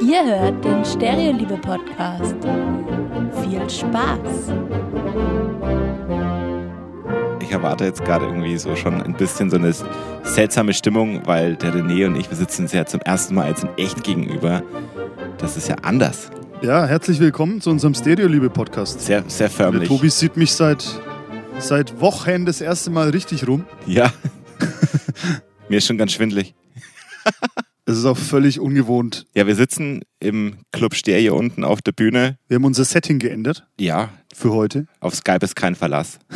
Ihr hört den Stereoliebe Podcast. Viel Spaß. Ich erwarte jetzt gerade irgendwie so schon ein bisschen so eine seltsame Stimmung, weil der René und ich, wir sitzen uns ja zum ersten Mal jetzt in echt gegenüber. Das ist ja anders. Ja, herzlich willkommen zu unserem Stereo-Liebe-Podcast. Sehr, sehr Der förmlich. Tobi sieht mich seit, seit Wochen das erste Mal richtig rum. Ja. Mir ist schon ganz schwindelig. Es ist auch völlig ungewohnt. Ja, wir sitzen im Club Stereo unten auf der Bühne. Wir haben unser Setting geändert Ja, für heute. auf Skype ist kein Verlass.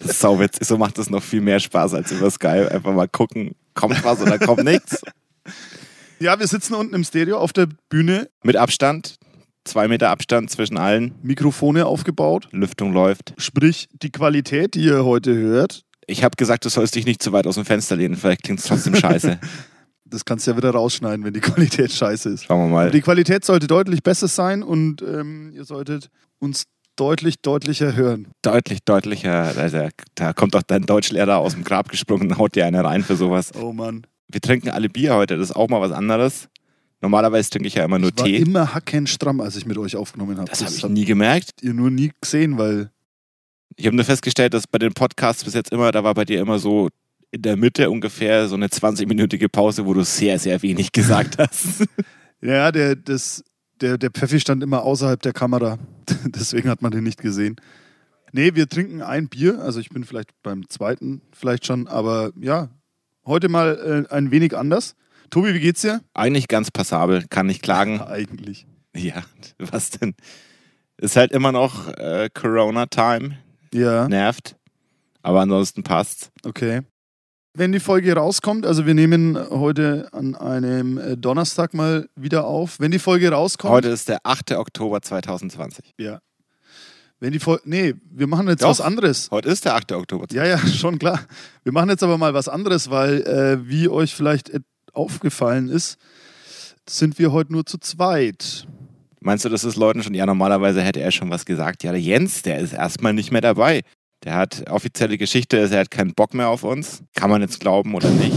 Das ist sauwitzig. So macht es noch viel mehr Spaß als über Skype. Einfach mal gucken, kommt was oder kommt nichts. Ja, wir sitzen unten im Stereo auf der Bühne, Mit Abstand, zwei Meter Abstand zwischen allen. Mikrofone aufgebaut. Lüftung läuft. Sprich, die Qualität, die ihr heute hört, Ich habe gesagt, du sollst dich nicht zu weit aus dem Fenster lehnen. Vielleicht klingt es trotzdem scheiße. das kannst du ja wieder rausschneiden, wenn die Qualität scheiße ist. Schauen wir mal. Die Qualität sollte deutlich besser sein und ähm, ihr solltet uns deutlich, deutlicher hören. Deutlich, deutlicher. Also, da kommt doch dein Deutschlehrer aus dem Grab gesprungen und haut dir einer rein für sowas. Oh Mann. Wir trinken alle Bier heute. Das ist auch mal was anderes. Normalerweise trinke ich ja immer nur Ich war Tee. immer hackenstramm, als ich mit euch aufgenommen habe. das habe ich nie gemerkt. ihr nur nie gesehen, weil Ich habe nur festgestellt, dass bei den Podcasts bis jetzt immer, da war bei dir immer so in der Mitte ungefähr so eine 20-minütige Pause, wo du sehr, sehr wenig gesagt hast. ja, der, das, der, der Pfeffi stand immer außerhalb der Kamera. Deswegen hat man den nicht gesehen. Nee, wir trinken ein Bier. Also ich bin vielleicht beim zweiten vielleicht schon, aber ja, heute mal äh, ein wenig anders. Tobi, wie geht's dir? Eigentlich ganz passabel, kann nicht klagen. Eigentlich. Ja, was denn? Ist halt immer noch äh, Corona-Time, Ja, nervt. Aber ansonsten passt's. okay. Wenn die Folge rauskommt, also wir nehmen heute an einem äh, Donnerstag mal wieder auf. Wenn die Folge rauskommt, Heute ist der 8. Oktober 2020. wenn die Folge, nee, wir machen jetzt Doch. was anderes. Heute ist der 8. Oktober. Ja, ja, schon klar. Wir machen jetzt aber mal was anderes, weil, äh, wie euch vielleicht et- aufgefallen ist, sind wir heute nur zu zweit. Meinst du, das ist Leuten schon? Ja, normalerweise hätte er schon was gesagt. Ja, der Jens, der ist erstmal nicht mehr dabei. Der hat offizielle Geschichte, er hat keinen Bock mehr auf uns. Kann man jetzt glauben oder nicht?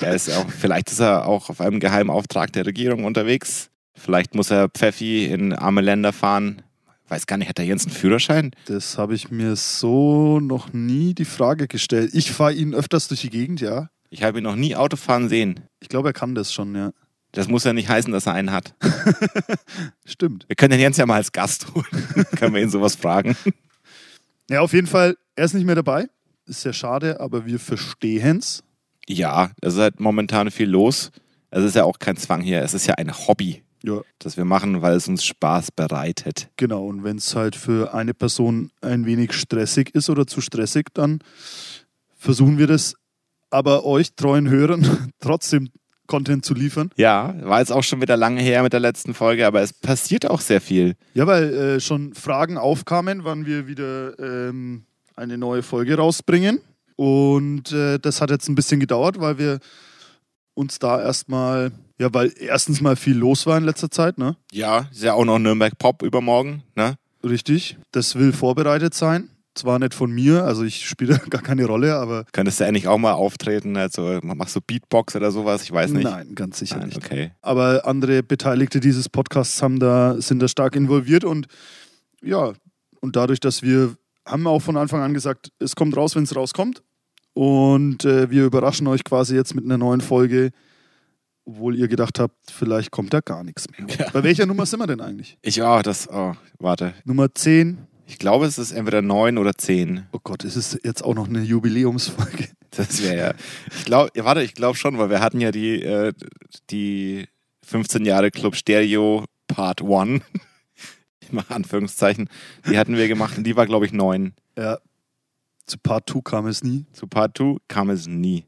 Er ist auch, vielleicht ist er auch auf einem geheimen Auftrag der Regierung unterwegs. Vielleicht muss er Pfeffi in arme Länder fahren. Weiß gar nicht, hat der Jens einen Führerschein? Das habe ich mir so noch nie die Frage gestellt. Ich fahre ihn öfters durch die Gegend, ja. Ich habe ihn noch nie Autofahren sehen. Ich glaube, er kann das schon, ja. Das muss ja nicht heißen, dass er einen hat. Stimmt. Wir können den Jens ja mal als Gast holen. können wir ihn sowas fragen. Ja, auf jeden Fall, er ist nicht mehr dabei. Ist ja schade, aber wir verstehen's. Ja, es ist halt momentan viel los. Es ist ja auch kein Zwang hier. Es ist ja ein Hobby, Ja. das wir machen, weil es uns Spaß bereitet. Genau, und wenn es halt für eine Person ein wenig stressig ist oder zu stressig, dann versuchen wir das aber euch treuen Hörern trotzdem Content zu liefern. Ja, war jetzt auch schon wieder lange her mit der letzten Folge, aber es passiert auch sehr viel. Ja, weil äh, schon Fragen aufkamen, wann wir wieder ähm, eine neue Folge rausbringen. Und äh, das hat jetzt ein bisschen gedauert, weil wir uns da erstmal, ja, weil erstens mal viel los war in letzter Zeit, ne? Ja, ist ja auch noch Nürnberg Pop übermorgen, ne? Richtig. Das will vorbereitet sein. Zwar nicht von mir, also ich spiele da gar keine Rolle, aber Könntest du eigentlich auch mal auftreten? Also machst du Beatbox oder sowas? Ich weiß nicht. Nein, ganz sicher Nein, nicht. okay. Aber andere Beteiligte dieses Podcasts haben da, sind da stark involviert und ja, und dadurch, dass wir, haben wir auch von Anfang an gesagt, es kommt raus, wenn es rauskommt. Und äh, wir überraschen euch quasi jetzt mit einer neuen Folge, obwohl ihr gedacht habt, vielleicht kommt da gar nichts mehr. Ja. Bei welcher Nummer sind wir denn eigentlich? Ich, oh, das, oh, warte. Nummer 10. Ich glaube, es ist entweder neun oder zehn. Oh Gott, es ist jetzt auch noch eine Jubiläumsfolge. Das wäre ja. Ich glaube, ja, warte, ich glaube schon, weil wir hatten ja die, äh, die 15 Jahre Club Stereo Part 1. Ich mache Anführungszeichen. Die hatten wir gemacht und die war, glaube ich, 9. Ja, zu Part 2 kam es nie. Zu Part 2 kam es nie.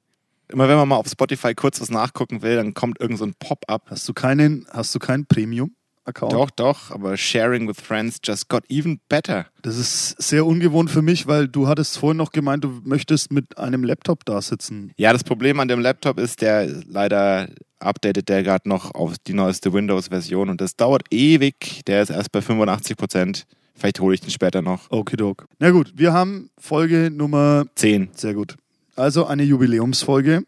Immer wenn man mal auf Spotify kurz was nachgucken will, dann kommt irgend so ein Pop-up. Hast du keinen, hast du keinen Premium-Account? Doch, doch, aber Sharing with Friends just got even better. Das ist sehr ungewohnt für mich, weil du hattest vorhin noch gemeint, du möchtest mit einem Laptop da sitzen. Ja, das Problem an dem Laptop ist, der leider updatet der gerade noch auf die neueste Windows-Version und das dauert ewig. Der ist erst bei 85 Prozent. Vielleicht hole ich den später noch. Okidok. Na gut, wir haben Folge Nummer 10. Sehr gut. Also eine Jubiläumsfolge.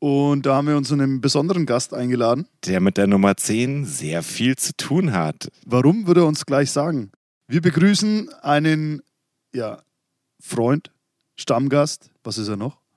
Und da haben wir uns einen besonderen Gast eingeladen. Der mit der Nummer 10 sehr viel zu tun hat. Warum, würde er uns gleich sagen. Wir begrüßen einen ja, Freund, Stammgast, was ist er noch?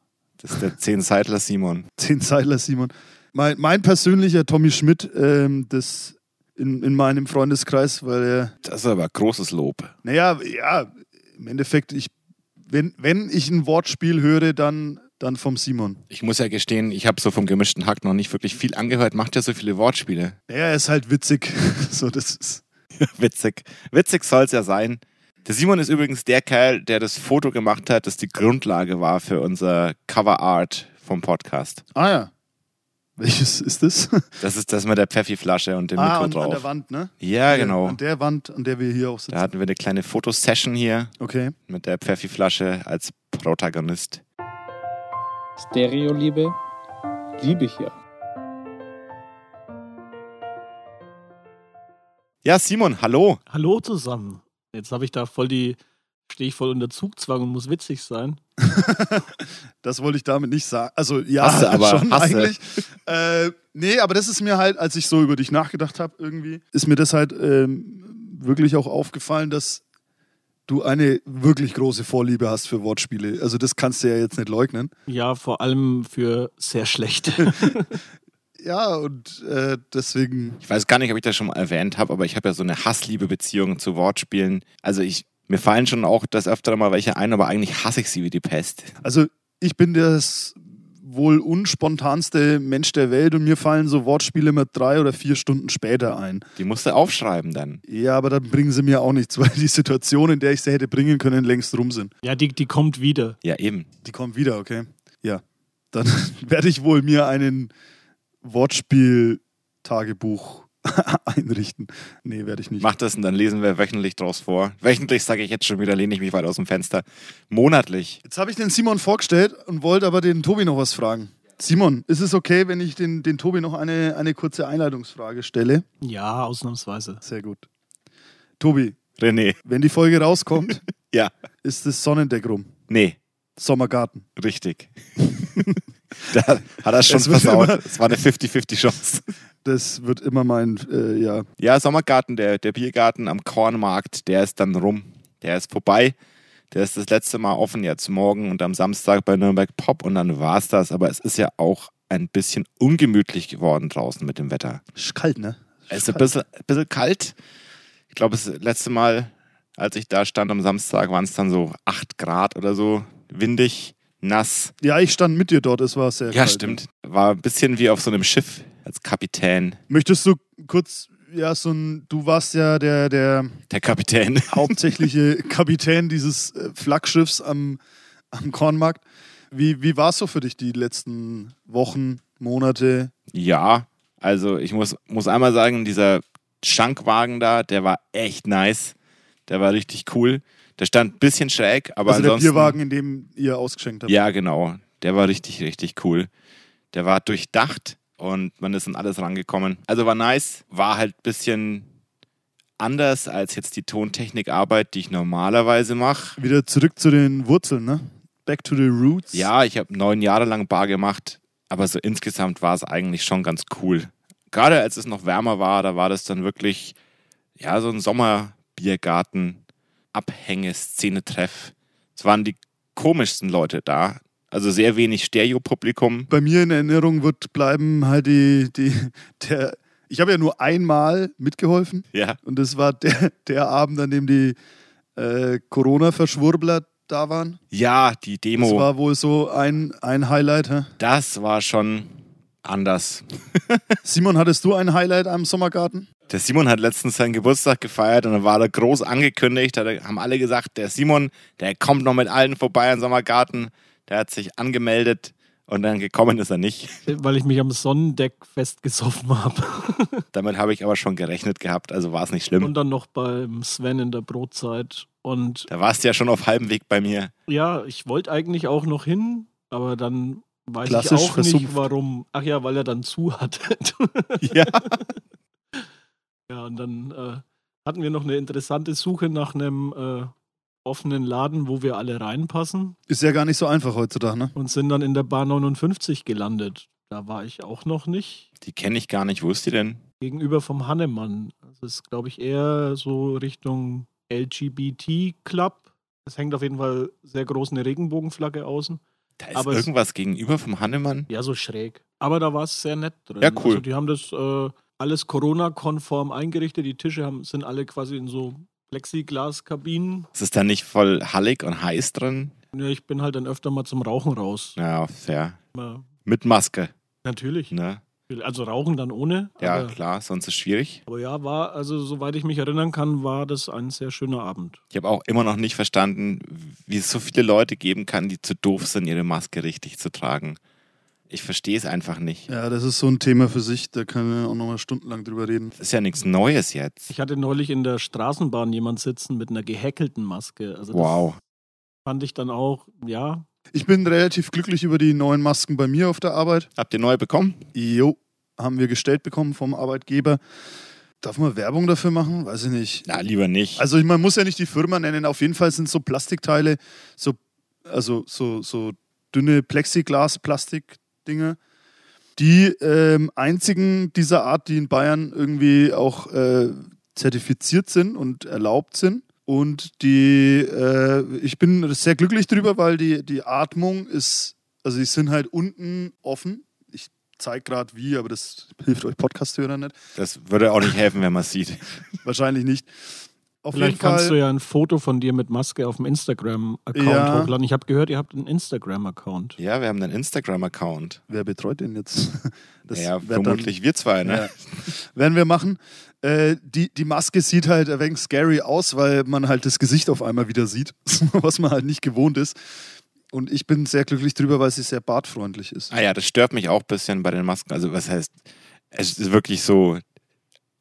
Das ist der 10-Seitler Simon. Den Seiler Simon. Mein, mein persönlicher Tommy Schmidt, ähm, das in, in meinem Freundeskreis, weil er, Das ist aber großes Lob. naja, ja, im Endeffekt, ich, wenn, wenn ich ein Wortspiel höre, dann, dann vom Simon. Ich muss ja gestehen, ich habe so vom gemischten Hack noch nicht wirklich viel angehört. Macht ja so viele Wortspiele. Naja, er ist halt witzig. so, das ist. Witzig. Witzig soll es ja sein. Der Simon ist übrigens der Kerl, der das Foto gemacht hat, das die Grundlage war für unser Cover Art vom Podcast. Ah ja. Welches ist das? Das ist das mit der Pfeffi-Flasche und dem ah, Mikro an, an der drauf. Wand, ne? Ja, An genau. der Wand, an der wir hier auch Da sitzen. hatten wir eine kleine Fotosession hier Okay. mit der Pfeffi-Flasche als Protagonist. Stereoliebe, Liebe hier. Ja, Simon, hallo. Hallo zusammen. Jetzt habe ich da voll die, stehe ich voll unter Zugzwang und muss witzig sein. Das wollte ich damit nicht sagen. Also ja, Hast du aber, schon hast du. eigentlich. Äh, nee, aber das ist mir halt, als ich so über dich nachgedacht habe, irgendwie, ist mir das halt ähm, wirklich auch aufgefallen, dass du eine wirklich große Vorliebe hast für Wortspiele. Also das kannst du ja jetzt nicht leugnen. Ja, vor allem für sehr schlechte. Ja, und äh, deswegen, Ich weiß gar nicht, ob ich das schon mal erwähnt habe, aber ich habe ja so eine Hassliebe-Beziehung zu Wortspielen. Also ich, mir fallen schon auch das öfter mal welche ein, aber eigentlich hasse ich sie wie die Pest. also ich bin das wohl unspontanste Mensch der Welt und mir fallen so Wortspiele immer drei oder vier Stunden später ein. Die musst du aufschreiben dann. Ja, aber dann bringen sie mir auch nichts, weil die Situation, in der ich sie hätte bringen können, längst rum sind. ja, die, die kommt wieder. Ja, eben. Die kommen wieder, okay? Ja. Dann werde ich wohl mir einen Wortspiel-Tagebuch einrichten. Nee, werde ich nicht. Mach das und dann lesen wir wöchentlich draus vor. Wöchentlich sage ich jetzt schon wieder, lehne ich mich weit aus dem Fenster. Monatlich. Jetzt habe ich den Simon vorgestellt und wollte aber den Tobi noch was fragen. Simon, ist es okay, wenn ich den, den Tobi noch eine, eine kurze Einleitungsfrage stelle? Ja, ausnahmsweise. Sehr gut. Tobi, René. wenn die Folge rauskommt, Ja. ist das Sonnendeck rum. Nee, Sommergarten. richtig. da hat er schon Es wird versaut. immer- Es war eine 50-50-Chance. Das wird immer mein, äh, ja, Ja, Sommergarten, der, der Biergarten am Kornmarkt, der ist dann rum. Der ist vorbei. Der ist das letzte Mal offen jetzt morgen und am Samstag bei Nürnberg Pop und dann war's das. Aber es ist ja auch ein bisschen ungemütlich geworden draußen mit dem Wetter. ist kalt, ne? Es ist ein bisschen, ein bisschen kalt. Ich glaube, das letzte Mal, als ich da stand am Samstag, waren es dann so 8 Grad oder so. Windig, nass. Ja, ich stand mit dir dort, es war sehr Ja, kalt. stimmt. War ein bisschen wie auf so einem Schiff als Kapitän. Möchtest du kurz, ja, so ein, du warst ja der, der Der Kapitän. hauptsächliche Kapitän dieses äh, Flaggschiffs am, am Kornmarkt. Wie, wie war es so für dich die letzten Wochen, Monate? Ja, also ich muss, muss einmal sagen, dieser Schankwagen da, der war echt nice. Der war richtig cool. Der stand ein bisschen schräg, aber also der ansonsten. Bierwagen, in dem ihr ausgeschenkt habt. Ja, genau. Der war richtig, richtig cool. Der war durchdacht und man ist an alles rangekommen. Also war nice, war halt ein bisschen anders als jetzt die Tontechnikarbeit, die ich normalerweise mache. Wieder zurück zu den Wurzeln, ne? Back to the roots. Ja, ich habe neun Jahre lang Bar gemacht, aber so insgesamt war es eigentlich schon ganz cool. Gerade als es noch wärmer war, da war das dann wirklich, ja, so ein Sommerbiergarten, Abhänge, Szene-Treff. Es waren die komischsten Leute da. Also sehr wenig Stereopublikum. Bei mir in Erinnerung wird bleiben halt die, die, der, ich habe ja nur einmal mitgeholfen. Ja. Und das war der, der Abend, an dem die äh, Corona-Verschwurbler da waren. Ja, die Demo, Das war wohl so ein, ein Highlight. Hä? schon anders. Simon, hattest du ein Highlight am Sommergarten? Der Simon hat letztens seinen Geburtstag gefeiert und dann war er groß angekündigt. Da haben alle gesagt, der Simon, der kommt noch mit allen vorbei im Sommergarten. Der hat sich angemeldet und dann gekommen ist er nicht. Weil ich mich am Sonnendeck festgesoffen habe. Damit habe ich aber schon gerechnet gehabt, also war es nicht schlimm. Und dann noch beim Sven in der Brotzeit. Und Da warst du ja schon auf halbem Weg bei mir. ja, ich wollte eigentlich auch noch hin, aber dann Weiß Klassisch ich auch versumpft. nicht, warum. Ach ja, weil er dann zu hat. Ja. ja, und dann äh, hatten wir noch eine interessante Suche nach einem äh, offenen Laden, wo wir alle reinpassen Ist ja gar nicht so einfach heutzutage, ne? und sind dann in der Bar 59 gelandet. Da war ich auch noch nicht. Die kenne ich gar nicht. Wo ist die denn? Gegenüber vom Hannemann. Das ist, glaube ich, eher so Richtung LGBT-Club. Es hängt auf jeden Fall sehr groß eine Regenbogenflagge außen. Da ist Aber es- irgendwas gegenüber vom Hannemann. Ja, so schräg. Aber da war es sehr nett drin. Ja, cool. Also die haben das äh, alles Corona-konform eingerichtet. Die Tische haben, sind alle quasi in so Plexiglaskabinen. Ist es da nicht voll hallig und heiß drin? Ja, ich bin halt dann öfter mal zum Rauchen raus. Ja, fair. Immer- Mit Maske, Natürlich. ne? Also Rauchen dann ohne. Ja, aber, klar, sonst ist schwierig. aber ja, war, also soweit ich mich erinnern kann, war das ein sehr schöner Abend. Ich habe auch immer noch nicht verstanden, wie es so viele Leute geben kann, die zu doof sind, ihre Maske richtig zu tragen. Ich verstehe es einfach nicht. Ja, das ist so ein Thema für sich, da können wir auch nochmal stundenlang drüber reden. Das ist ja nichts Neues jetzt. Ich hatte neulich in der Straßenbahn jemand sitzen mit einer gehäkelten Maske. Also das Wow. fand ich dann auch, ja, Ich bin relativ glücklich über die neuen Masken bei mir auf der Arbeit. Habt ihr neu bekommen? Jo, haben wir gestellt bekommen vom Arbeitgeber. Darf man Werbung dafür machen? Weiß ich nicht. Na, lieber nicht. Also ich- man muss ja nicht die Firma nennen. Auf jeden Fall sind so Plastikteile, so, also so, so dünne Plexiglas-Plastik-Dinge. Die ähm, einzigen dieser Art, die in Bayern irgendwie auch äh, zertifiziert sind und erlaubt sind. Und die, äh, ich bin sehr glücklich drüber, weil die, die Atmung ist, also die sind halt unten offen. Ich zeige gerade wie, aber das hilft euch Podcast-Hörer nicht. das würde auch nicht helfen, wenn man es sieht. Wahrscheinlich nicht. Auf Vielleicht jeden Fall, kannst du ja ein Foto von dir mit Maske auf dem Instagram-Account Ja. hochladen. Ich habe gehört, ihr habt einen Instagram-Account. Ja, wir haben einen Instagram-Account. Wer betreut den jetzt? Naja, wird dann- vermutlich wir zwei, ne? Ja. Werden wir machen. Äh, die, die Maske sieht halt ein wenig scary aus, weil man halt das Gesicht auf einmal wieder sieht, was man halt nicht gewohnt ist. Und ich bin sehr glücklich drüber, weil sie sehr bartfreundlich ist. Ah ja, das stört mich auch ein bisschen bei den Masken. Also was heißt, es ist wirklich so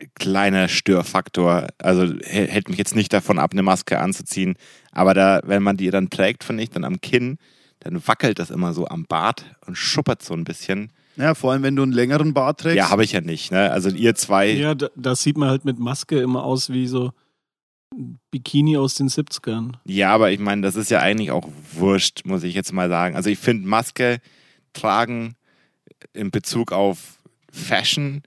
ein kleiner Störfaktor. Also hä- hält mich jetzt nicht davon ab, eine Maske anzuziehen. Aber da, wenn man die dann trägt, finde ich, dann am Kinn, dann wackelt das immer so am Bart und schuppert so ein bisschen. Ja, vor allem, wenn du einen längeren Bart trägst. Ja, habe ich ja nicht. Ne? Also ihr zwei, Ja, da, das sieht man halt mit Maske immer aus wie so ein Bikini aus den 70ern. Ja, aber ich meine, das ist ja eigentlich auch wurscht, muss ich jetzt mal sagen. Also ich finde Maske tragen in Bezug auf Fashion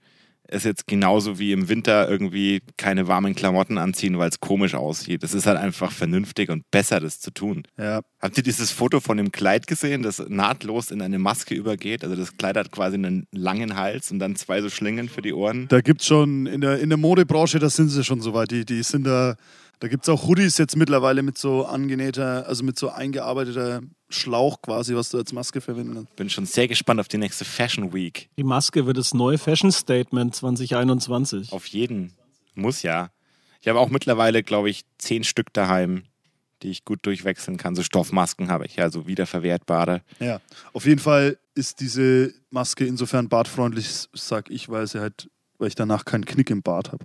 ist jetzt genauso wie im Winter irgendwie keine warmen Klamotten anziehen, weil es komisch aussieht. Es ist halt einfach vernünftig und besser, das zu tun. ja. Habt ihr dieses Foto von dem Kleid gesehen, das nahtlos in eine Maske übergeht? Also das Kleid hat quasi einen langen Hals und dann zwei so Schlingen für die Ohren. Da gibt es schon, in der, in der Modebranche, da sind sie schon so weit. Die, die sind da, da gibt es auch Hoodies jetzt mittlerweile mit so angenähter, also mit so eingearbeiteter Schlauch quasi, was du als Maske verwenden kannst. Bin schon sehr gespannt auf die nächste Fashion Week. Die Maske wird das neue Fashion Statement 2021. Auf jeden. Muss ja. Ich habe auch mittlerweile, glaube ich, zehn Stück daheim, die ich gut durchwechseln kann. So Stoffmasken habe ich ja, so wiederverwertbare. Ja, auf jeden Fall ist diese Maske insofern bartfreundlich, sag ich, weil sie halt, weil ich danach keinen Knick im Bart habe.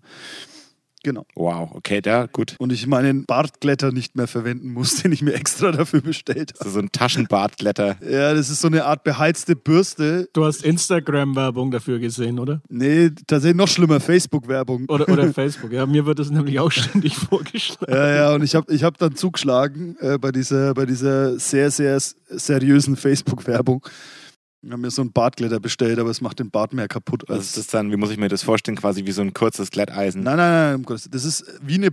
Genau. Wow, okay, da, gut. Und ich meinen Bartglätter nicht mehr verwenden muss, den ich mir extra dafür bestellt Das habe. ist so ein Taschenbartglätter. Ja, das ist so eine Art beheizte Bürste. Du hast Instagram-Werbung dafür gesehen, oder? Nee, tatsächlich noch schlimmer, Facebook-Werbung. Oder, oder Facebook. Ja, mir wird das nämlich auch ständig vorgeschlagen. Ja, ja, und ich habe ich hab dann zugeschlagen äh, bei, dieser, bei dieser sehr, sehr s- seriösen Facebook-Werbung. Ich habe mir so ein Bartglätter bestellt, aber es macht den Bart mehr kaputt. Was ist das dann, wie muss ich mir das vorstellen? Quasi wie so ein kurzes Glätteisen. Nein, nein, nein, um Gottes Willen. Das ist wie eine,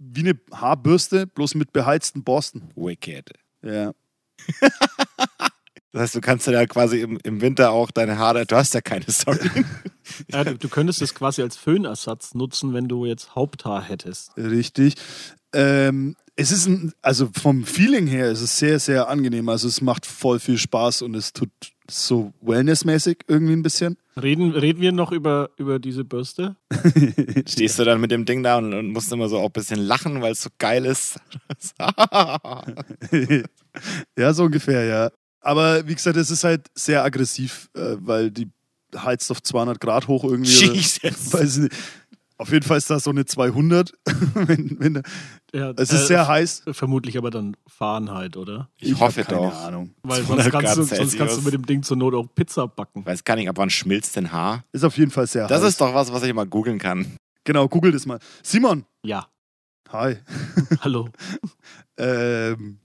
wie eine Haarbürste, bloß mit beheizten Borsten. Wicked. Ja. Das heißt, du kannst ja da quasi im, im Winter auch deine Haare, du hast ja keine, sorry. Ja, du, du könntest es quasi als Föhnersatz nutzen, wenn du jetzt Haupthaar hättest. Richtig. Ähm, es ist ein, also vom Feeling her ist es sehr, sehr angenehm. Also es macht voll viel Spaß und es tut so wellnessmäßig irgendwie ein bisschen. Reden, reden wir noch über, über diese Bürste? Stehst du dann mit dem Ding da und, und musst immer so auch ein bisschen lachen, weil es so geil ist. ja, so ungefähr, ja. Aber wie gesagt, es ist halt sehr aggressiv, äh, weil die heizt auf 200 Grad hoch irgendwie. oder- Jesus. Weiß ich nicht. Auf jeden Fall ist das so eine 200. wenn, wenn, Ja, es ist äh, sehr heiß. Vermutlich aber dann Fahrenheit, oder? Ich, hab hoffe keine doch. Ahnung. 200 Weil sonst kannst, du, Grad sonst kannst du Celsius. mit dem Ding zur Not auch Pizza backen. Weiß gar nicht, ab wann schmilzt denn Haar? Ist auf jeden Fall sehr Das heiß. ist doch was, was ich mal googeln kann. Genau, google das mal. Simon, Ja, hi. hallo. Ähm.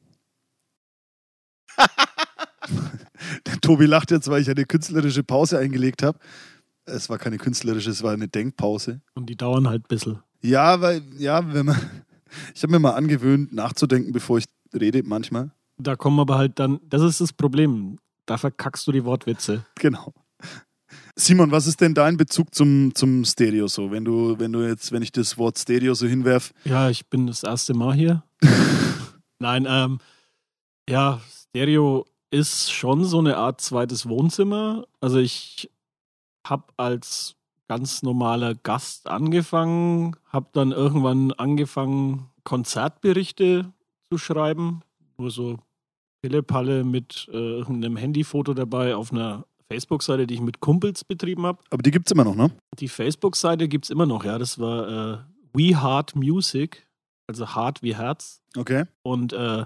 Der Tobi lacht jetzt, weil ich eine künstlerische Pause eingelegt habe. Es war keine künstlerische, es war eine Denkpause. Und die dauern halt ein bisschen. Ja, weil, ja, wenn man. Ich habe mir mal angewöhnt, nachzudenken, bevor ich rede, manchmal. Da kommen aber halt dann, das ist das Problem. Da verkackst du die Wortwitze. Genau. Simon, was ist denn dein Bezug zum, zum Stereo so? Wenn du, wenn du jetzt, wenn ich das Wort Stereo so hinwerf, Ja, ich bin das erste Mal hier. Nein, ähm, ja, Stereo ist schon so eine Art zweites Wohnzimmer. Also ich habe als ganz normaler Gast angefangen, habe dann irgendwann angefangen, Konzertberichte zu schreiben. Nur so Pille-Palle mit äh, irgendeinem Handyfoto dabei auf einer Facebook-Seite, die ich mit Kumpels betrieben habe. aber die gibt es immer noch, ne? Die Facebook-Seite gibt es immer noch, ja. Das war äh, We Heart Music, also hart wie Herz. Okay. Und äh,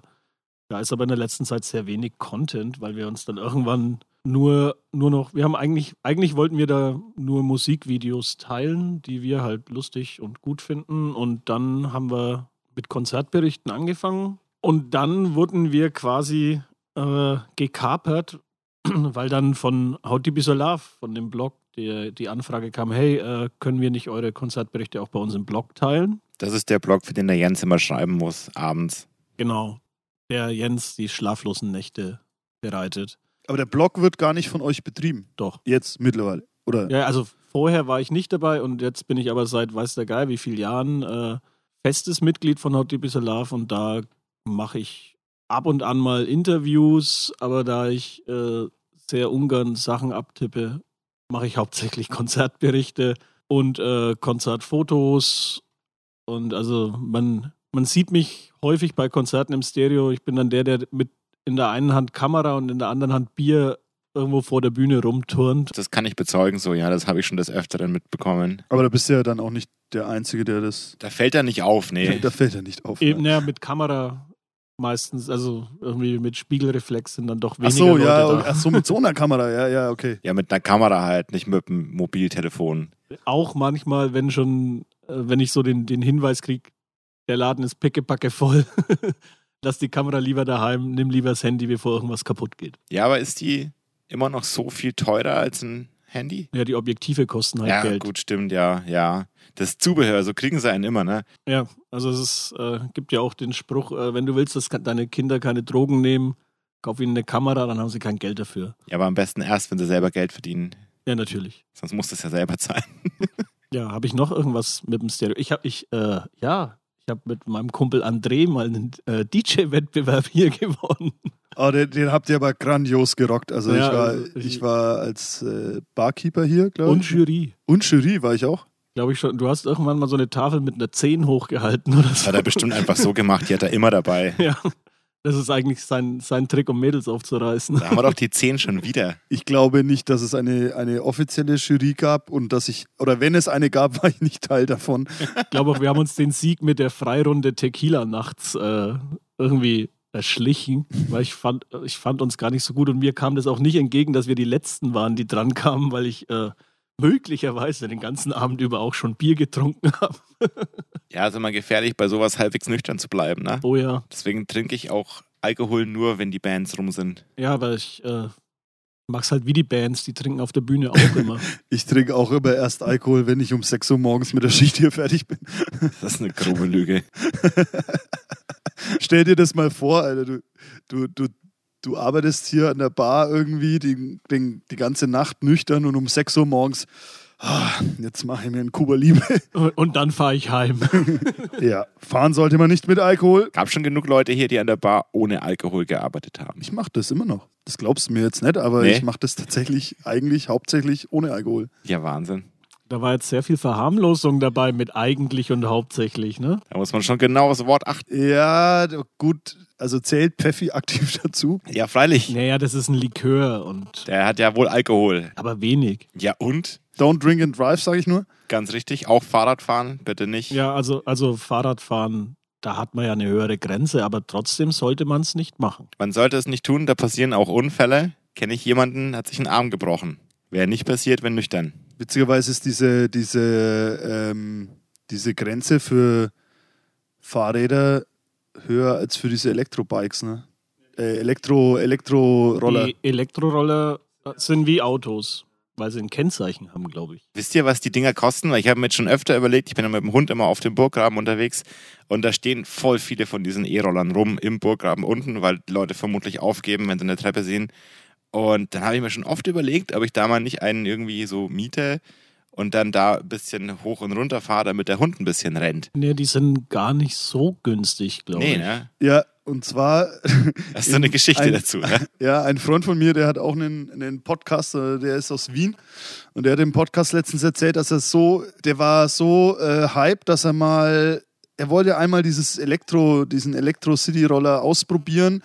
da ist aber in der letzten Zeit sehr wenig Content, weil wir uns dann irgendwann nur, nur noch, wir haben eigentlich, eigentlich wollten wir da nur Musikvideos teilen, die wir halt lustig und gut finden. Und dann haben wir mit Konzertberichten angefangen. Und dann wurden wir quasi äh, gekapert, weil dann von How Deep is Your Love, von dem Blog, die, die Anfrage kam, hey, äh, können wir nicht eure Konzertberichte auch bei uns im Blog teilen? Das ist der Blog, für den der Jens immer schreiben muss, abends. Genau. Der Jens die schlaflosen Nächte bereitet. Aber der Blog wird gar nicht von euch betrieben. Doch. Jetzt mittlerweile. Oder? Ja, also vorher war ich nicht dabei und jetzt bin ich aber seit weiß der Geil wie vielen Jahren äh, festes Mitglied von Hot Deep is Alive und da mache ich ab und an mal Interviews, aber da ich äh, sehr ungern Sachen abtippe, mache ich hauptsächlich Konzertberichte und äh, Konzertfotos und also man, man sieht mich häufig bei Konzerten im Stereo. Ich bin dann der, der mit in der einen Hand Kamera und in der anderen Hand Bier irgendwo vor der Bühne rumturnt. Das kann ich bezeugen, so, ja, das habe ich schon des Öfteren mitbekommen. Aber da bist du ja dann auch nicht der Einzige, der das. Da fällt er nicht auf, nee. Da fällt er nicht auf. Eben, ne? ja, mit Kamera meistens, also irgendwie mit Spiegelreflex sind dann doch Ach weniger so, Leute ja, und- da. ach so, mit so einer Kamera, ja, ja, okay. Ja, mit einer Kamera halt, nicht mit einem Mobiltelefon. Auch manchmal, wenn schon, äh, wenn ich so den, den Hinweis kriege, der Laden ist pickepacke voll, lass die Kamera lieber daheim, nimm lieber das Handy, bevor irgendwas kaputt geht. Ja, aber ist die immer noch so viel teurer als ein Handy? Ja, die Objektive kosten halt ja, Geld. gut, stimmt, ja, ja. Das Zubehör, so kriegen sie einen immer, ne? Ja, also es ist, äh, gibt ja auch den Spruch, äh, wenn du willst, dass ka- deine Kinder keine Drogen nehmen, kauf ihnen eine Kamera, dann haben sie kein Geld dafür. Ja, aber am besten erst, wenn sie selber Geld verdienen. Ja, natürlich. Sonst muss das ja selber zahlen. Ja, habe ich noch irgendwas mit dem Stereo? Ich habe, ich, äh, ja, ich habe mit meinem Kumpel André mal einen äh, DJ-Wettbewerb hier gewonnen. Aber Ah, den, den habt ihr aber grandios gerockt. Also Ja, ich, war, also ich- ich war als äh, Barkeeper hier, glaube Und ich. Jury. Und Jury war ich auch. Glaube ich schon. Du hast irgendwann mal so eine Tafel mit einer 10 hochgehalten oder Das so. hat er bestimmt einfach so gemacht, die hat er immer dabei. Ja. Das ist eigentlich sein, sein Trick, um Mädels aufzureißen. Da haben wir doch die 10 schon wieder. Ich glaube nicht, dass es eine, eine offizielle Jury gab und dass ich, oder wenn es eine gab, war ich nicht Teil davon. Ich glaube auch, wir haben uns den Sieg mit der Freirunde Tequila nachts äh, irgendwie erschlichen, weil ich fand, ich fand uns gar nicht so gut und mir kam das auch nicht entgegen, dass wir die Letzten waren, die dran kamen, weil ich äh, möglicherweise den ganzen Abend über auch schon Bier getrunken habe. Ja, ist immer gefährlich, bei sowas halbwegs nüchtern zu bleiben, ne? Oh ja, Deswegen trinke ich auch Alkohol nur, wenn die Bands rum sind. ja, weil ich äh, mag's halt wie die Bands, die trinken auf der Bühne auch immer. Ich trinke auch immer erst Alkohol, wenn ich um 6 Uhr morgens mit der Schicht hier fertig bin. Das ist eine grobe Lüge. Stell dir das mal vor, Alter. Du, du, du, du arbeitest hier an der Bar irgendwie die, den, die ganze Nacht nüchtern und um 6 Uhr morgens, ah, jetzt mache ich mir einen Kuba Liebe. Und dann fahre ich heim. Ja, fahren sollte man nicht mit Alkohol. Gab schon genug Leute hier, die an der Bar ohne Alkohol gearbeitet haben. Ich mache das immer noch. Das glaubst du mir jetzt nicht, aber Nee. ich mache das tatsächlich eigentlich hauptsächlich ohne Alkohol. Ja, Wahnsinn. Da war jetzt sehr viel Verharmlosung dabei mit eigentlich und hauptsächlich, ne? Da muss man schon genau aufs Wort achten. Ja, gut, also zählt Pfeffi aktiv dazu. Ja, freilich. Naja, das ist ein Likör und Der hat ja wohl Alkohol. aber wenig. Ja, und? Don't drink and drive, sage ich nur. Ganz richtig. Auch Fahrradfahren, bitte nicht. Ja, also, also Fahrradfahren, da hat man ja eine höhere Grenze, aber trotzdem sollte man es nicht machen. Man sollte es nicht tun, da passieren auch Unfälle. Kenne ich jemanden, hat sich einen Arm gebrochen. Wäre nicht passiert, wenn nüchtern. Witzigerweise ist diese, diese, ähm, diese Grenze für Fahrräder höher als für diese Elektrobikes, ne? Äh, Elektro, Elektroroller. Die Elektroroller äh, sind wie Autos, weil sie ein Kennzeichen haben, glaube ich. Wisst ihr, was die Dinger kosten? Weil ich habe mir jetzt schon öfter überlegt, ich bin ja mit dem Hund immer auf dem Burggraben unterwegs und da stehen voll viele von diesen E-Rollern rum im Burggraben unten, weil die Leute vermutlich aufgeben, wenn sie eine Treppe sehen. Und dann habe ich mir schon oft überlegt, ob ich da mal nicht einen irgendwie so miete und dann da ein bisschen hoch und runter fahre, damit der Hund ein bisschen rennt. Nee, die sind gar nicht so günstig, glaube Nee, ich. ne? Ja, und zwar Das ist so eine Geschichte Ein- dazu, ne? Ja, ein Freund von mir, der hat auch einen, einen Podcast, äh, der ist aus Wien und der hat im Podcast letztens erzählt, dass er so, der war so äh, hype, dass er mal, er wollte einmal dieses Elektro, diesen Elektro-City-Roller ausprobieren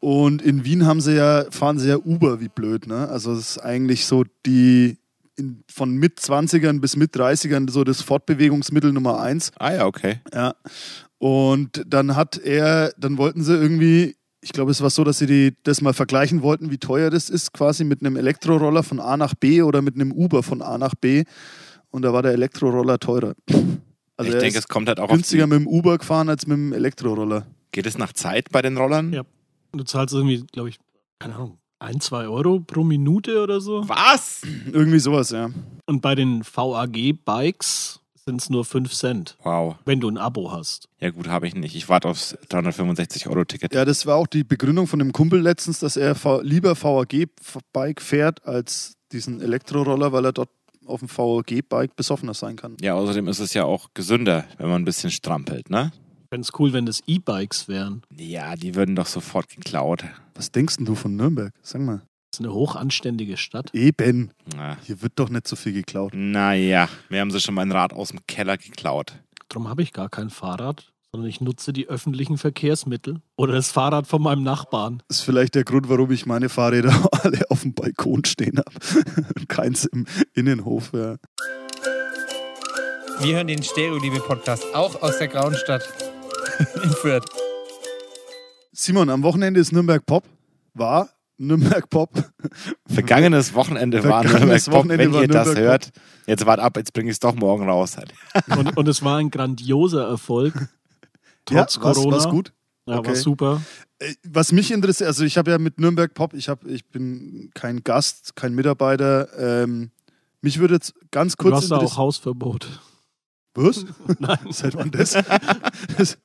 und in Wien haben sie ja, fahren sie ja Uber wie blöd, ne? Also es ist eigentlich so die, in, von Mit-20ern bis Mit-30ern so das Fortbewegungsmittel Nummer eins. Ah ja, okay. Ja. Und dann hat er, dann wollten sie irgendwie, ich glaube, es war so, dass sie die, das mal vergleichen wollten, wie teuer das ist, quasi mit einem Elektroroller von A nach B oder mit einem Uber von A nach B. Und da war der Elektroroller teurer. Also ich er denke, ist es kommt halt auch auf die, günstiger mit dem Uber gefahren als mit dem Elektroroller. Geht es nach Zeit bei den Rollern? Ja. Du zahlst irgendwie, glaube ich, keine Ahnung, ein, zwei Euro pro Minute oder so. Was? Irgendwie sowas, ja. Und bei den VAG-Bikes sind es nur 5 Cent, Wow. wenn du ein Abo hast. Ja gut, habe ich nicht. Ich warte aufs 365-Euro-Ticket. Ja, das war auch die Begründung von dem Kumpel letztens, dass er v lieber VAG-Bike fährt als diesen Elektroroller, weil er dort auf dem VAG-Bike besoffener sein kann. Ja, außerdem ist es ja auch gesünder, wenn man ein bisschen strampelt, ne? Fände es cool, wenn das E-Bikes wären. Ja, die würden doch sofort geklaut. Was denkst denn du von Nürnberg? Sag mal. Das ist eine hochanständige Stadt. Eben. Na. Hier wird doch nicht so viel geklaut. Naja, wir haben sie schon mein Rad aus dem Keller geklaut. Darum habe ich gar kein Fahrrad, sondern ich nutze die öffentlichen Verkehrsmittel oder das Fahrrad von meinem Nachbarn. Das ist vielleicht der Grund, warum ich meine Fahrräder alle auf dem Balkon stehen habe. Und keins im Innenhof. Ja. Wir hören den Stereo-Liebe-Podcast auch aus der grauen Stadt in Fürth. Simon, am Wochenende ist Nürnberg Pop. War Nürnberg Pop. Vergangenes Wochenende war Nürnberg Vergangenes Pop. Wochenende Wenn war ihr das Nürnberg hört, jetzt wart ab, jetzt bringe ich es doch morgen raus. Und, und es war ein grandioser Erfolg. Trotz ja, war's- Corona. war's gut. Ja, Okay. war super. Äh, Was mich interessiert, also ich habe ja mit Nürnberg Pop, ich, hab, ich bin kein Gast, kein Mitarbeiter. Ähm, mich würde jetzt ganz Du kurz hast da auch interessieren. Hausverbot. Was? Nein. Seit wann das? das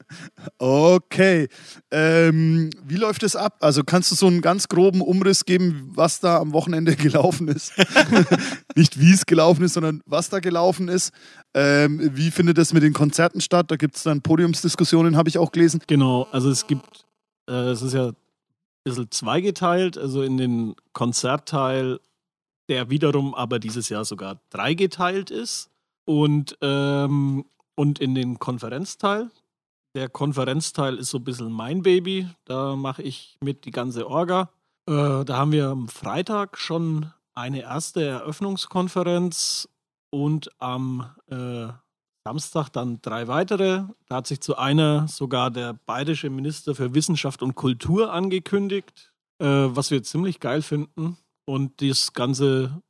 okay. Ähm, wie läuft es ab? Also kannst du so einen ganz groben Umriss geben, was da am Wochenende gelaufen ist? Nicht wie es gelaufen ist, sondern was da gelaufen ist. Ähm, wie findet das mit den Konzerten statt? Da gibt es dann Podiumsdiskussionen, habe ich auch gelesen. Genau, also es gibt, äh, es ist ja ein bisschen zweigeteilt, also in den Konzertteil, der wiederum aber dieses Jahr sogar dreigeteilt ist und, ähm, und in den Konferenzteil. Der Konferenzteil ist so ein bisschen mein Baby, da mache ich mit die ganze Orga. Äh, da haben wir am Freitag schon eine erste Eröffnungskonferenz und am äh, Samstag dann drei weitere. Da hat sich zu einer sogar der bayerische Minister für Wissenschaft und Kultur angekündigt, äh, was wir ziemlich geil finden. Und das Ganze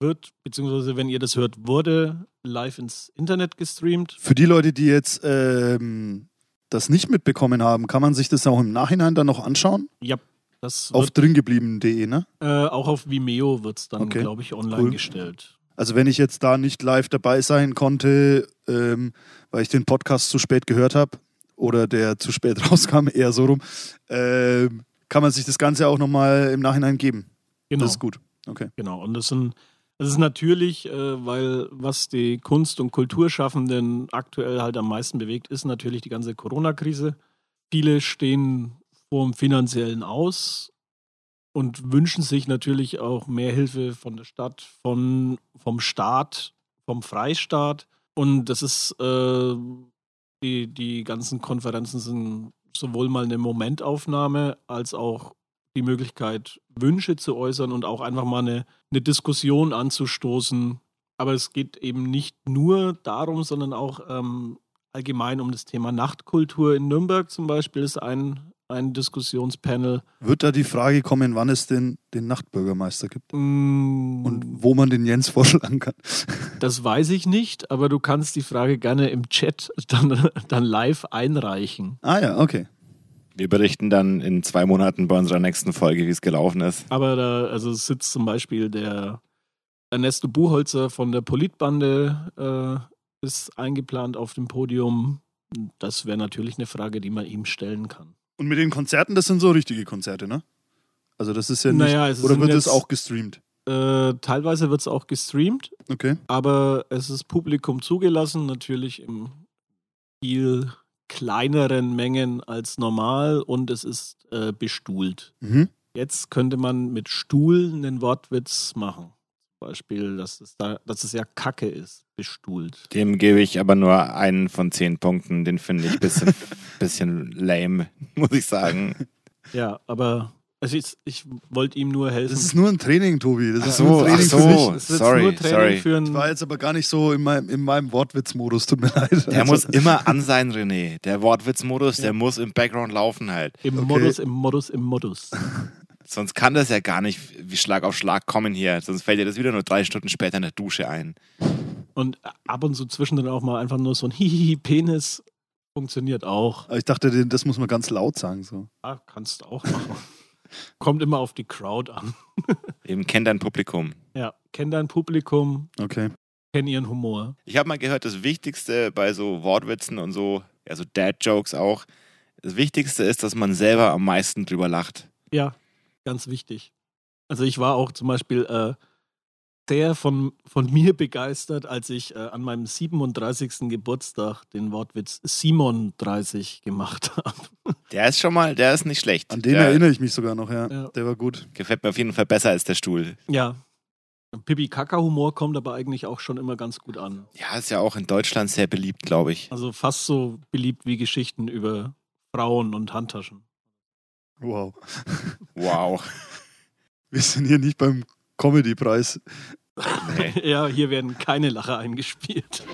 wird, beziehungsweise wenn ihr das hört, wurde live ins Internet gestreamt. Für die Leute, die jetzt ähm, das nicht mitbekommen haben, kann man sich das auch im Nachhinein dann noch anschauen? Ja, das Auf wird, dringeblieben.de, ne? äh, auch auf Vimeo wird es dann, Okay, glaube ich, online cool. gestellt. Also wenn ich jetzt da nicht live dabei sein konnte, ähm, weil ich den Podcast zu spät gehört habe oder der zu spät rauskam, eher so rum, ähm, kann man sich das Ganze auch nochmal im Nachhinein geben. Genau. Das ist gut. Okay. Genau, und das, sind, das ist natürlich, äh, weil was die Kunst- und Kulturschaffenden aktuell halt am meisten bewegt, ist natürlich die ganze Corona-Krise. Viele stehen vor dem finanziellen Aus und wünschen sich natürlich auch mehr Hilfe von der Stadt, von, vom Staat, vom Freistaat. Und das ist, äh, die, die ganzen Konferenzen sind sowohl mal eine Momentaufnahme als auch die Möglichkeit, Wünsche zu äußern und auch einfach mal eine, eine Diskussion anzustoßen, Aber es geht eben nicht nur darum, sondern auch ähm, allgemein um das Thema Nachtkultur in Nürnberg zum Beispiel ist ein, ein Diskussionspanel. Wird da die Frage kommen, wann es denn den Nachtbürgermeister gibt Mm, und wo man den Jens vorschlagen kann? das weiß ich nicht, aber du kannst die Frage gerne im Chat dann, dann live einreichen. Ah ja, okay. Wir berichten dann in zwei Monaten bei unserer nächsten Folge, wie es gelaufen ist. Aber da also es sitzt zum Beispiel der Ernesto Buchholzer von der Politbande äh, ist eingeplant auf dem Podium. Das wäre natürlich eine Frage, die man ihm stellen kann. Und mit den Konzerten, das sind so richtige Konzerte, ne? Also das ist ja nicht. Naja, es oder sind wird das jetzt- auch gestreamt? Äh, teilweise wird es auch gestreamt, Okay. aber es ist Publikum zugelassen, natürlich in viel kleineren Mengen als normal und es ist äh, bestuhlt. Mhm. Jetzt könnte man mit Stuhl einen Wortwitz machen. Zum Beispiel, dass es, da, dass es ja Kacke ist, bestuhlt. Dem gebe ich aber nur einen von zehn Punkten. Den finde ich ein bisschen, bisschen lame, muss ich sagen. Ja, aber also ich, ich wollte ihm nur helfen. Das ist nur ein Training, Tobi. Das Ach ist nur so, ein Training ach so. für mich. Das ist jetzt sorry, nur Training sorry. für Ich war ein, jetzt aber gar nicht so in meinem, in meinem Wortwitz-Modus, tut mir leid. Der Also- muss immer an sein, René. Der Wortwitzmodus, der muss im Background laufen halt. im okay. Modus, im Modus, im Modus. Sonst kann das ja gar nicht wie Schlag auf Schlag kommen hier. Sonst fällt dir das wieder nur drei Stunden später in der Dusche ein. Und ab und zu zwischendrin auch mal einfach nur so ein Hihihi-Penis funktioniert auch. Aber ich dachte, den- das muss man ganz laut sagen. So. Ja, kannst du auch machen. Kommt immer auf die Crowd an. Eben kennt dein Publikum. Ja, kenn dein Publikum, Okay. kenn ihren Humor. Ich habe mal gehört, das Wichtigste bei so Wortwitzen und so, ja, so Dad-Jokes auch, das Wichtigste ist, dass man selber am meisten drüber lacht. Ja, ganz wichtig. Also ich war auch zum Beispiel äh, sehr von, von mir begeistert, als ich äh, an meinem 37. Geburtstag den Wortwitz Simon 30 gemacht habe. Der ist schon mal, der ist nicht schlecht. An den der erinnere ich mich sogar noch, ja. Ja. Der war gut. Gefällt mir auf jeden Fall besser als der Stuhl. Ja. Pipi-Kaka-Humor kommt aber eigentlich auch schon immer ganz gut an. Ja, ist ja auch in Deutschland sehr beliebt, glaube ich. Also fast so beliebt wie Geschichten über Frauen und Handtaschen. Wow. Wow. Wir sind hier nicht beim Comedy-Preis. Nee. Ja, hier werden keine Lacher eingespielt.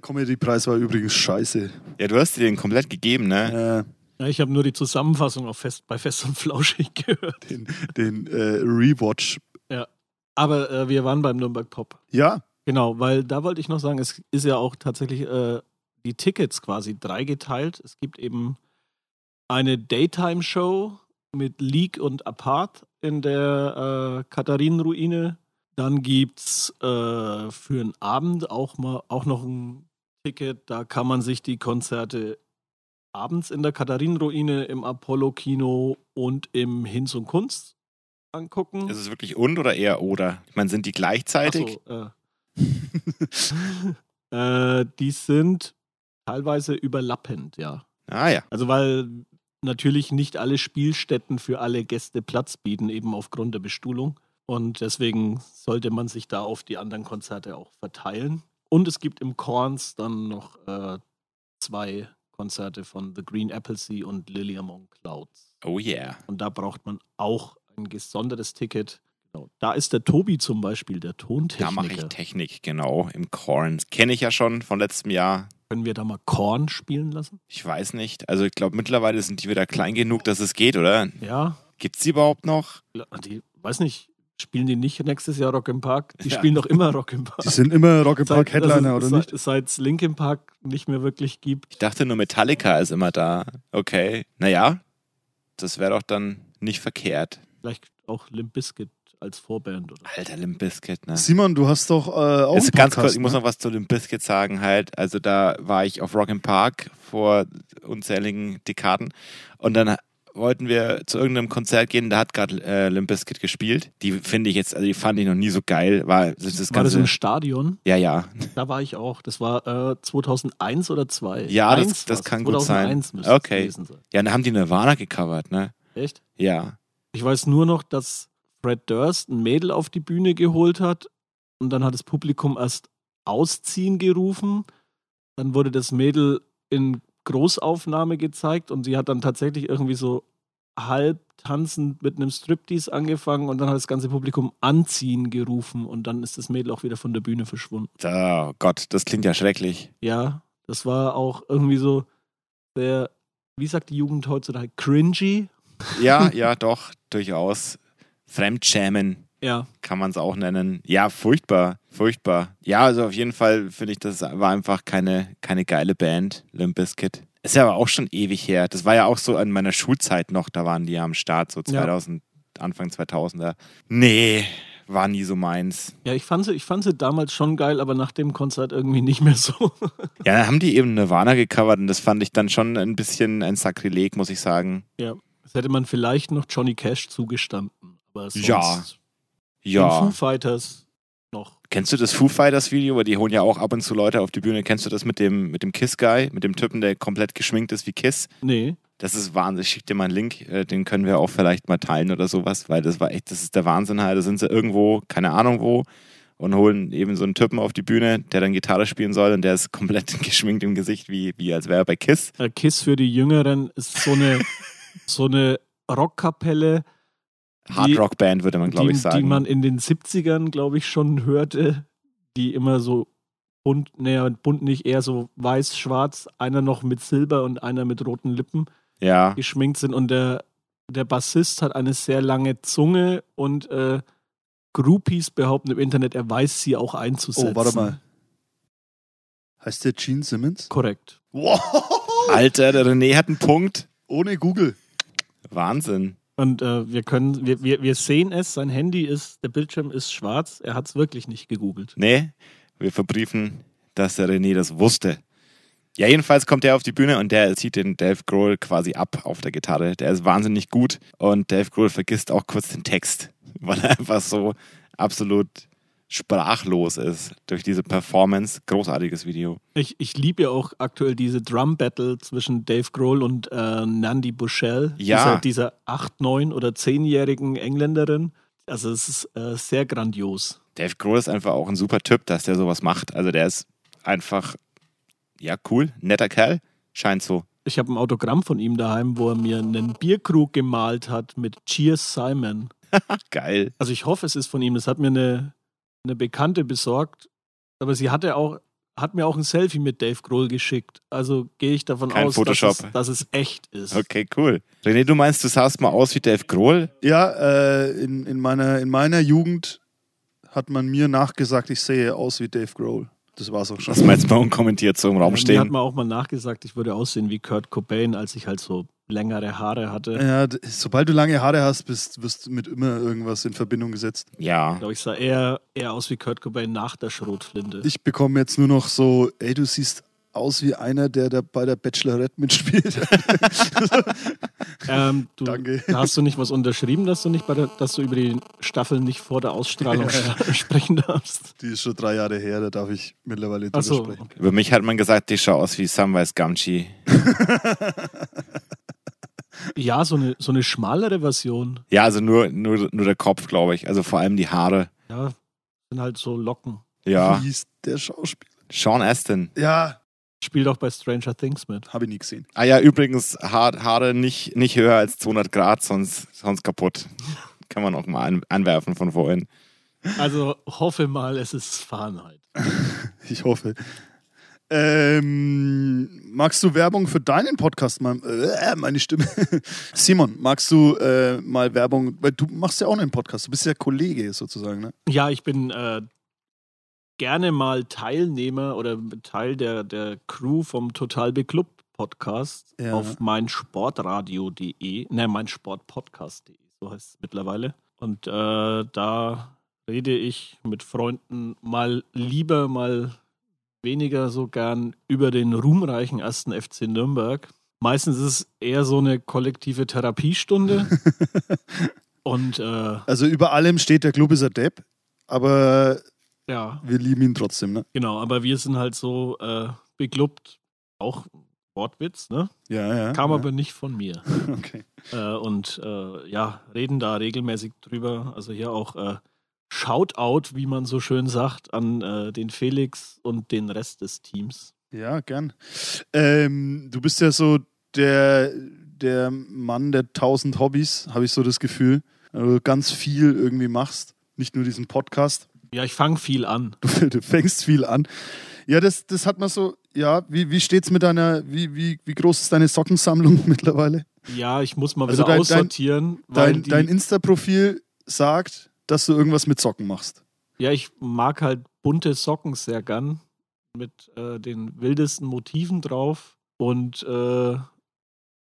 Comedy-Preis war übrigens scheiße. Ja, du hast dir den komplett gegeben, ne? Äh, Ja, ich habe nur die Zusammenfassung auf Fest, bei Fest und Flauschig gehört. den den äh, Rewatch. Aber äh, wir waren beim Nürnberg Pop. Ja, Genau, weil da wollte ich noch sagen, es ist ja auch tatsächlich äh, die Tickets quasi dreigeteilt. Es gibt eben eine Daytime-Show mit Leak und Apart in der äh, Katharinenruine. Dann gibt es äh, für den Abend auch, mal, auch noch ein Ticket. Da kann man sich die Konzerte abends in der Katharinenruine, im Apollo-Kino und im Hinz und Kunst angucken. Ist es wirklich und oder eher oder? Ich meine, sind die gleichzeitig? Ach so, äh. äh, die sind teilweise überlappend, ja. Ah ja. Also weil natürlich nicht alle Spielstätten für alle Gäste Platz bieten, eben aufgrund der Bestuhlung. Und deswegen sollte man sich da auf die anderen Konzerte auch verteilen. Und es gibt im Korns dann noch äh, zwei Konzerte von The Green Applesea und Lily Among Clouds. Oh yeah. Und da braucht man auch ein gesondertes Ticket. Genau. Da ist der Tobi zum Beispiel, der Tontechniker. Da mache ich Technik, genau, im Korn. Kenne ich ja schon von letztem Jahr. Können wir da mal Korn spielen lassen? Ich weiß nicht. Also ich glaube, mittlerweile sind die wieder klein genug, dass es geht, oder? Ja. Gibt's die überhaupt noch? Die, weiß nicht, spielen die nicht nächstes Jahr Rock im Park? Die Ja. spielen doch immer Rock im Park. die sind immer Rocket Park Seit- Headliner, also oder nicht? Seit es Link im Park nicht mehr wirklich gibt. Ich dachte nur Metallica ist immer da. Okay. Naja, das wäre doch dann nicht verkehrt. Vielleicht auch Limp Bizkit als Vorband. Oder? Alter Limp Bizkit, ne? Simon, du hast doch äh, auch Jetzt einen ganz Podcast, kurz, ich muss ne? noch was zu Limp Bizkit sagen halt. Also da war ich auf Rock'n Park vor unzähligen Dekaden und dann wollten wir zu irgendeinem Konzert gehen, da hat gerade äh, Limp Bizkit gespielt. Die finde ich jetzt, also die fand ich noch nie so geil, weil das, das War das ganze im Stadion? Ja, ja. Da war ich auch. Das war äh, 2001 oder 2. Ja, das- Eins das war's. kann gut sein. 2001 müsste es Okay. gewesen sein. Ja, dann haben die Nirvana gecovert, ne? Echt? Ja. Ich weiß nur noch, dass Fred Durst ein Mädel auf die Bühne geholt hat und dann hat das Publikum erst ausziehen gerufen. Dann wurde das Mädel in Großaufnahme gezeigt und sie hat dann tatsächlich irgendwie so halb tanzend mit einem Striptease angefangen und dann hat das ganze Publikum anziehen gerufen und dann ist das Mädel auch wieder von der Bühne verschwunden. Oh Gott, das klingt ja schrecklich. Ja, das war auch irgendwie so der, wie sagt die Jugend heutzutage, cringy. Ja, ja, doch, durchaus. Fremdschämen Ja, kann man es auch nennen. Ja, furchtbar, furchtbar. Ja, also auf jeden Fall finde ich, das war einfach keine, keine geile Band, Limp Bizkit. Ist ja aber auch schon ewig her. Das war ja auch so an meiner Schulzeit noch, da waren die ja am Start, so Ja. 2000, Anfang 2000er. Nee, war nie so meins. ja ich, fand sie, ich fand sie damals schon geil, aber nach dem Konzert irgendwie nicht mehr so. Ja, dann haben die eben Nirvana gecovert und das fand ich dann schon ein bisschen ein Sakrileg, muss ich sagen. ja, das hätte man vielleicht noch Johnny Cash zugestanden. Aber sonst Ja, den Foo Ja. Fighters noch. Kennst du das Foo Fighters Video? Weil die holen ja auch ab und zu Leute auf die Bühne. Kennst du das mit dem, mit dem Kiss Guy, mit dem Typen, der komplett geschminkt ist wie Kiss? Nee, Das ist Wahnsinn. Ich schick dir mal einen Link, äh, den können wir auch vielleicht mal teilen oder sowas, weil das war echt, das ist der Wahnsinn halt. Da sind sie irgendwo, keine Ahnung wo, und holen eben so einen Typen auf die Bühne, der dann Gitarre spielen soll und der ist komplett geschminkt im Gesicht, wie, wie als wäre er bei Kiss. äh, Kiss für die Jüngeren ist so eine, so eine Rockkapelle, Die- Hardrock-Band würde man, glaube die, ich, sagen. die man in den 70ern, glaube ich, schon hörte, die immer so bunt, naja, bunt nicht, eher so weiß-schwarz, einer noch mit Silber und einer mit roten Lippen ja. geschminkt sind. Und der, der Bassist hat eine sehr lange Zunge und äh, Groupies behaupten im Internet, er weiß sie auch einzusetzen. Oh, warte mal. Heißt der Gene Simmons? Korrekt. Wow. Alter, der René hat einen Punkt. Ohne Google. Wahnsinn. Und äh, wir können, wir, wir, wir sehen es, sein Handy ist, der Bildschirm ist schwarz, er hat es wirklich nicht gegoogelt. Nee, wir verbriefen, dass der René das wusste. Ja, jedenfalls kommt der auf die Bühne und der zieht den Dave Grohl quasi ab auf der Gitarre. Der ist wahnsinnig gut und Dave Grohl vergisst auch kurz den Text, weil er einfach so absolut sprachlos ist durch diese Performance. Großartiges Video. Ich, ich liebe ja auch aktuell diese Drum Battle zwischen Dave Grohl und äh, Nandi Bushell, Ja. dieser, dieser 8-, 9- oder 10-jährigen Engländerin. Also es ist äh, sehr grandios. Dave Grohl ist einfach auch ein super Typ, dass der sowas macht. Also der ist einfach, ja, cool, netter Kerl, scheint so. Ich habe ein Autogramm von ihm daheim, wo er mir einen Bierkrug gemalt hat mit Cheers Simon. Geil. Also ich hoffe, es ist von ihm. Das hat mir eine, eine Bekannte besorgt. Aber sie hatte auch, hat mir auch ein Selfie mit Dave Grohl geschickt. Also gehe ich davon Kein aus, Photoshop. Dass, es, dass es echt ist. Okay, cool. René, du meinst, du sahst mal aus wie Dave Grohl? Ja, äh, in, in, meiner, in meiner Jugend hat man mir nachgesagt, ich sehe aus wie Dave Grohl. Das war's auch schon. Lass mal jetzt mal unkommentiert so im Raum Mir hat stehen. man auch mal nachgesagt, ich würde aussehen wie Kurt Cobain, als ich halt so längere Haare hatte. Ja, d- sobald du lange Haare hast, bist, wirst du mit immer irgendwas in Verbindung gesetzt. Ich Ja. glaube, ich sah eher, eher aus wie Kurt Cobain nach der Schrotflinte. Ich bekomme jetzt nur noch so, ey, du siehst aus wie einer, der da bei der Bachelorette mitspielt. ähm, du, Danke. Hast du nicht was unterschrieben, dass du nicht bei der, dass du über die Staffel nicht vor der Ausstrahlung sprechen darfst? Also, Die ist schon drei Jahre her, da darf ich mittlerweile drüber Achso, sprechen. Über mich hat man gesagt, ich schaue aus wie Samwise Gamgee. ja, so eine, so eine schmalere Version. Ja, also nur, nur, nur der Kopf, glaube ich. Also vor allem die Haare. Ja, sind halt so Locken. Ja. Wie hieß der Schauspieler? Sean Astin. Ja, Spielt auch bei Stranger Things mit. habe ich nie gesehen. Ah ja, übrigens, Haar, Haare nicht, nicht höher als 200 Grad, sonst, sonst kaputt. Kann man auch mal an, anwerfen von vorhin. Also hoffe mal, es ist Fahrenheit. Ich hoffe. Ähm, magst du Werbung für deinen Podcast mal? Äh, meine Stimme. Simon, magst du äh, mal Werbung? Weil du machst ja auch einen Podcast. Du bist ja Kollege sozusagen, ne? Ja, ich bin äh, gerne mal Teilnehmer oder Teil der, der Crew vom Total Beklubbt Podcast Ja. auf meinsportradio.de, ne, meinsportpodcast.de, so heißt es mittlerweile. Und äh, da rede ich mit Freunden mal lieber, mal weniger so gern über den ruhmreichen ersten FC Nürnberg. Meistens ist es eher so eine kollektive Therapiestunde. Und äh, Also über allem steht der Club ist ein Depp, aber ja, wir lieben ihn trotzdem, ne? Genau, aber wir sind halt so äh, beklubbt, auch Wortwitz, ne? Ja, ja. Kam ja. aber nicht von mir. Okay. äh, und äh, ja, reden da regelmäßig drüber. Also hier auch äh, Shoutout, wie man so schön sagt, an äh, den Felix und den Rest des Teams. Ja, gern. Ähm, du bist ja so der, der Mann der tausend Hobbys, habe ich so das Gefühl. Also ganz viel irgendwie machst. Nicht nur diesen Podcast. Ja, ich fange viel an. Du, du fängst viel an. Ja, das, das hat man so. Ja, wie, wie steht's mit deiner, wie, wie, wie groß ist deine Sockensammlung mittlerweile? Ja, ich muss mal Also wieder dein- dein- aussortieren. weil Dein, die, dein Insta-Profil sagt, dass du irgendwas mit Socken machst. ja, ich mag halt bunte Socken sehr gern. Mit äh, den wildesten Motiven drauf. Und äh,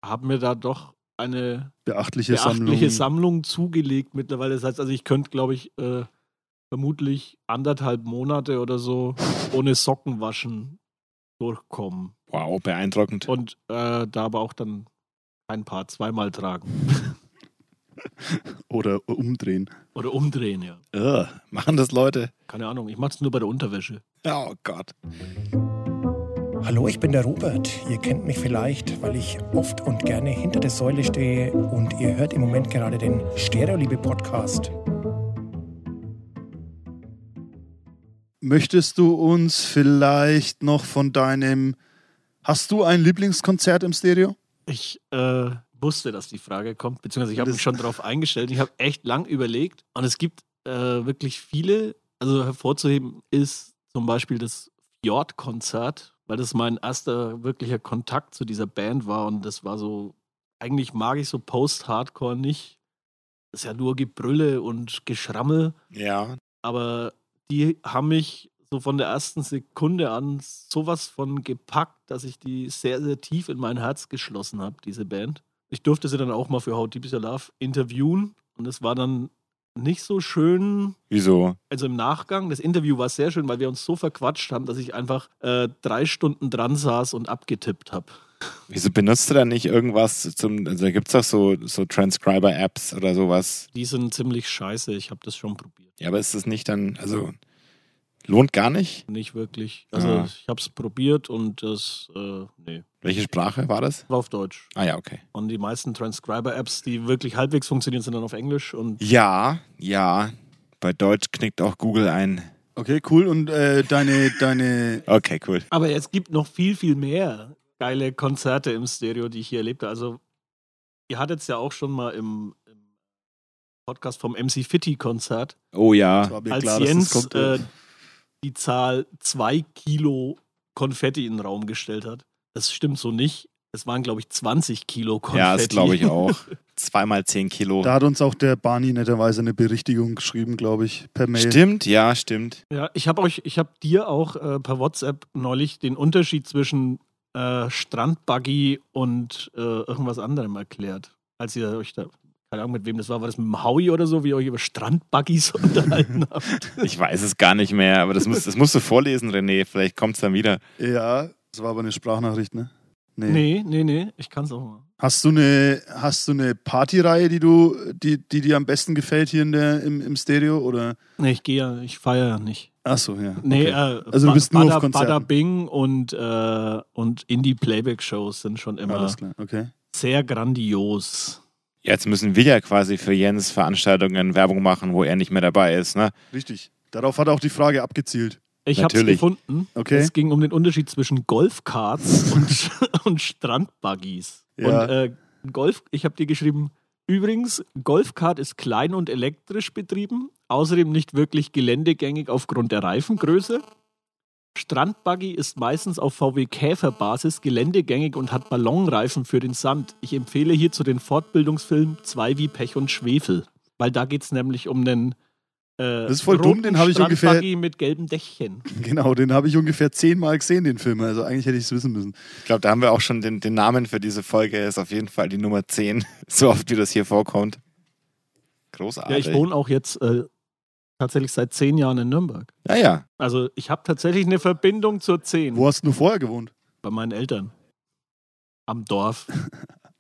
habe mir da doch eine Beachtliche, beachtliche Sammlung. Sammlung zugelegt mittlerweile. Das heißt, also ich könnte, glaube ich, äh, vermutlich anderthalb Monate oder so ohne Socken waschen durchkommen. Wow, beeindruckend. Und äh, da aber auch dann ein paar zweimal tragen. Oder umdrehen. Oder umdrehen, ja. Ugh, machen das Leute? Keine Ahnung, ich mache es nur bei der Unterwäsche. Oh Gott. Hallo, ich bin der Robert. Ihr kennt mich vielleicht, weil ich oft und gerne hinter der Säule stehe und ihr hört im Moment gerade den Stereoliebe-Podcast. Möchtest du uns vielleicht noch von deinem. Hast du ein Lieblingskonzert im Stereo? Ich äh, wusste, dass die Frage kommt, beziehungsweise ich habe Das- mich schon darauf eingestellt. Ich habe echt lang überlegt und es gibt äh, wirklich viele. Also hervorzuheben ist zum Beispiel das Fjord-Konzert, weil das mein erster wirklicher Kontakt zu dieser Band war und das war so, eigentlich mag ich so Post-Hardcore nicht. Das ist ja nur Gebrülle und Geschrammel. Ja. aber die haben mich so von der ersten Sekunde an sowas von gepackt, dass ich die sehr, sehr tief in mein Herz geschlossen habe, diese Band. Ich durfte sie dann auch mal für How Deep is Your Love interviewen und es war dann nicht so schön, Wieso? also im Nachgang, das Interview war sehr schön, weil wir uns so verquatscht haben, dass ich einfach äh, drei Stunden dran saß und abgetippt habe. Wieso benutzt du da nicht irgendwas zum. Also da gibt es doch so, so Transcriber-Apps oder sowas. Die sind ziemlich scheiße, ich habe das schon probiert. Ja, aber ist das nicht dann. Also. Lohnt gar nicht? Nicht wirklich. Also Ah. ich habe es probiert und das, äh, nee, Welche Sprache war das? war auf Deutsch. Ah ja, okay. Und die meisten Transcriber-Apps, die wirklich halbwegs funktionieren, sind dann auf Englisch. Und Ja, ja. Bei Deutsch knickt auch Google ein. Okay, cool. Und äh, deine, deine Okay, cool. Aber es gibt noch viel, viel mehr geile Konzerte im Stereo, die ich hier erlebt habe. Also, ihr hattet es ja auch schon mal im, im Podcast vom MC Fitti-Konzert, Oh Das ja. war mir als klar, dass das Jens kommt. äh, die Zahl zwei Kilo Konfetti in den Raum gestellt hat. Das stimmt so nicht. Es waren, glaube ich, 20 Kilo Konfetti. Ja, das glaube ich auch. Zweimal zehn Kilo. da hat uns auch der Barney netterweise eine Berichtigung geschrieben, glaube ich, per Mail. Stimmt, ja, stimmt. Ja, ich habe euch, ich habe dir auch äh, per WhatsApp neulich den Unterschied zwischen äh, Strandbuggy und äh, irgendwas anderem erklärt. Als ihr euch da, keine Ahnung mit wem das war, war das mit dem Howie oder so, wie ihr euch über Strandbuggies unterhalten habt. Ich weiß es gar nicht mehr, aber das, muss, das musst du vorlesen, René. Vielleicht kommt es dann wieder. Ja, das war aber eine Sprachnachricht, ne? Nee. Nee, nee, nee, ich kann es auch mal. Hast du eine, hast du eine Partyreihe, die du, die, die dir am besten gefällt hier in der, im, im Stereo? Oder? Nee, ich gehe ja, ich feiere ja nicht. Achso, ja. Nee, okay. äh, Also du bist nur auf Bada, Konzerten. Bada Bing und, äh, und Indie-Playback-Shows sind schon immer Alles klar, okay. sehr grandios. Jetzt müssen wir ja quasi für Jens Veranstaltungen Werbung machen, wo er nicht mehr dabei ist. Ne? Richtig. Darauf hat auch die Frage abgezielt. Ich habe es Natürlich. gefunden. Okay. Es ging um den Unterschied zwischen Golfkarts und, und Strandbuggies. Ja. Und äh, Golf, ich habe dir geschrieben, übrigens, Golfkart ist klein und elektrisch betrieben, außerdem nicht wirklich geländegängig aufgrund der Reifengröße. Strandbuggy ist meistens auf VW Käferbasis geländegängig und hat Ballonreifen für den Sand. Ich empfehle hierzu den Fortbildungsfilm 2 wie Pech und Schwefel, weil da geht es nämlich um einen äh, Das ist voll dumm, roten den hab ich ungefähr- Strandbuggy mit gelben Dächchen. Genau, den habe ich ungefähr zehnmal gesehen, den Film. Also eigentlich hätte ich es wissen müssen. Ich glaube, da haben wir auch schon den, den Namen für diese Folge. Ist auf jeden Fall die Nummer 10, so oft wie das hier vorkommt. Ja, Großartig. ich wohne auch jetzt äh, tatsächlich seit zehn Jahren in Nürnberg. ja, ja. Also ich habe tatsächlich eine Verbindung zur 10 Wo hast du vorher gewohnt? bei meinen Eltern. Am Dorf.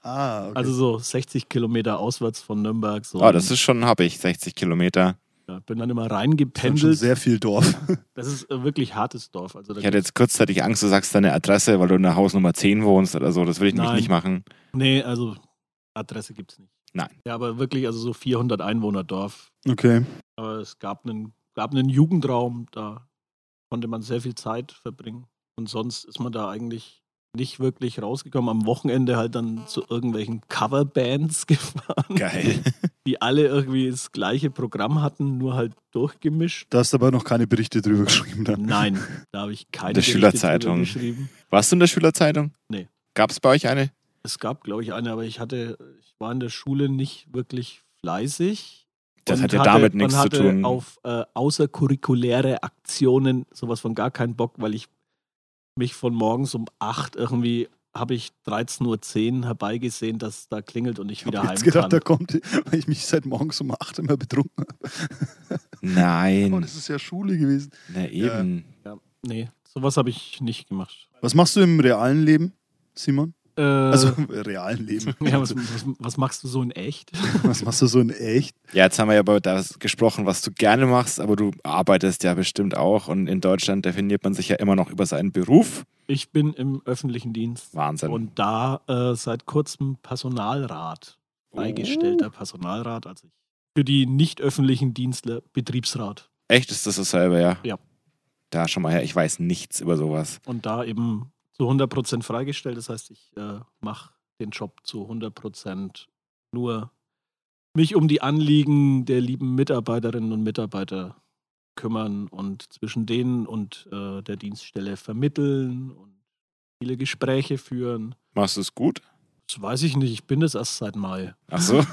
Ah, okay. Also so 60 Kilometer auswärts von Nürnberg. So. Ah, Oh, das ist schon hab ich, 60 Kilometer. ja, bin dann immer Das ist schon reingependelt. sehr viel Dorf. das ist äh, wirklich hartes Dorf. Also da Ich hatte jetzt kurzzeitig Angst, du sagst deine Adresse, weil du in der Hausnummer 10 wohnst oder so. Das würde ich nämlich Nein. nicht machen. nee, also Adresse gibt's nicht. Nein. Ja, aber wirklich, also so 400 Einwohner Dorf. Okay. Aber es gab einen, gab einen Jugendraum, da konnte man sehr viel Zeit verbringen. Und sonst ist man da eigentlich nicht wirklich rausgekommen. Am Wochenende halt dann Mhm. zu irgendwelchen Coverbands gefahren, Geil. die alle irgendwie das gleiche Programm hatten, nur halt durchgemischt. Da hast du aber noch keine Berichte drüber geschrieben dann. Nein, da habe ich keine Der Berichte Schülerzeitung. drüber geschrieben. Warst du in der Schülerzeitung? Nee. Gab es bei euch eine? Es gab, glaube ich, eine, aber ich hatte, ich war in der Schule nicht wirklich fleißig. Das und hat ja damit und nichts zu hatte tun. auf äh, außerkurrikuläre Aktionen sowas von gar keinen Bock, weil ich mich von morgens um 8 irgendwie habe ich 13.10 Uhr herbeigesehen, dass da klingelt und ich Ich wieder habe heim jetzt gedacht, da kann. kommt, weil ich mich seit morgens um 8 immer betrunken habe. Oh, Nein. das ist ja Schule gewesen. Na eben. Nee, sowas habe ich nicht gemacht. Was machst du im realen Leben, Simon? Äh, Also im realen Leben. ja, was, was, was machst du so in echt? Was machst du so in echt? Ja, jetzt haben wir ja über das gesprochen, was du gerne machst, aber du arbeitest ja bestimmt auch. Und in Deutschland definiert man sich ja immer noch über seinen Beruf. Ich bin im öffentlichen Dienst Wahnsinn. und da äh, seit kurzem Personalrat. Beigestellter Oh. Personalrat, also für die nicht öffentlichen Dienstler Betriebsrat. Echt ist das dasselbe, ja? Ja. Da schon mal her, ich weiß nichts über sowas. und da eben zu 100% freigestellt. Das heißt, ich äh, mache den Job zu 100% nur mich um die Anliegen der lieben Mitarbeiterinnen und Mitarbeiter kümmern und zwischen denen und äh, der Dienststelle vermitteln und viele Gespräche führen. Machst du es gut? Das weiß ich nicht, ich bin das erst seit Mai. Ach so.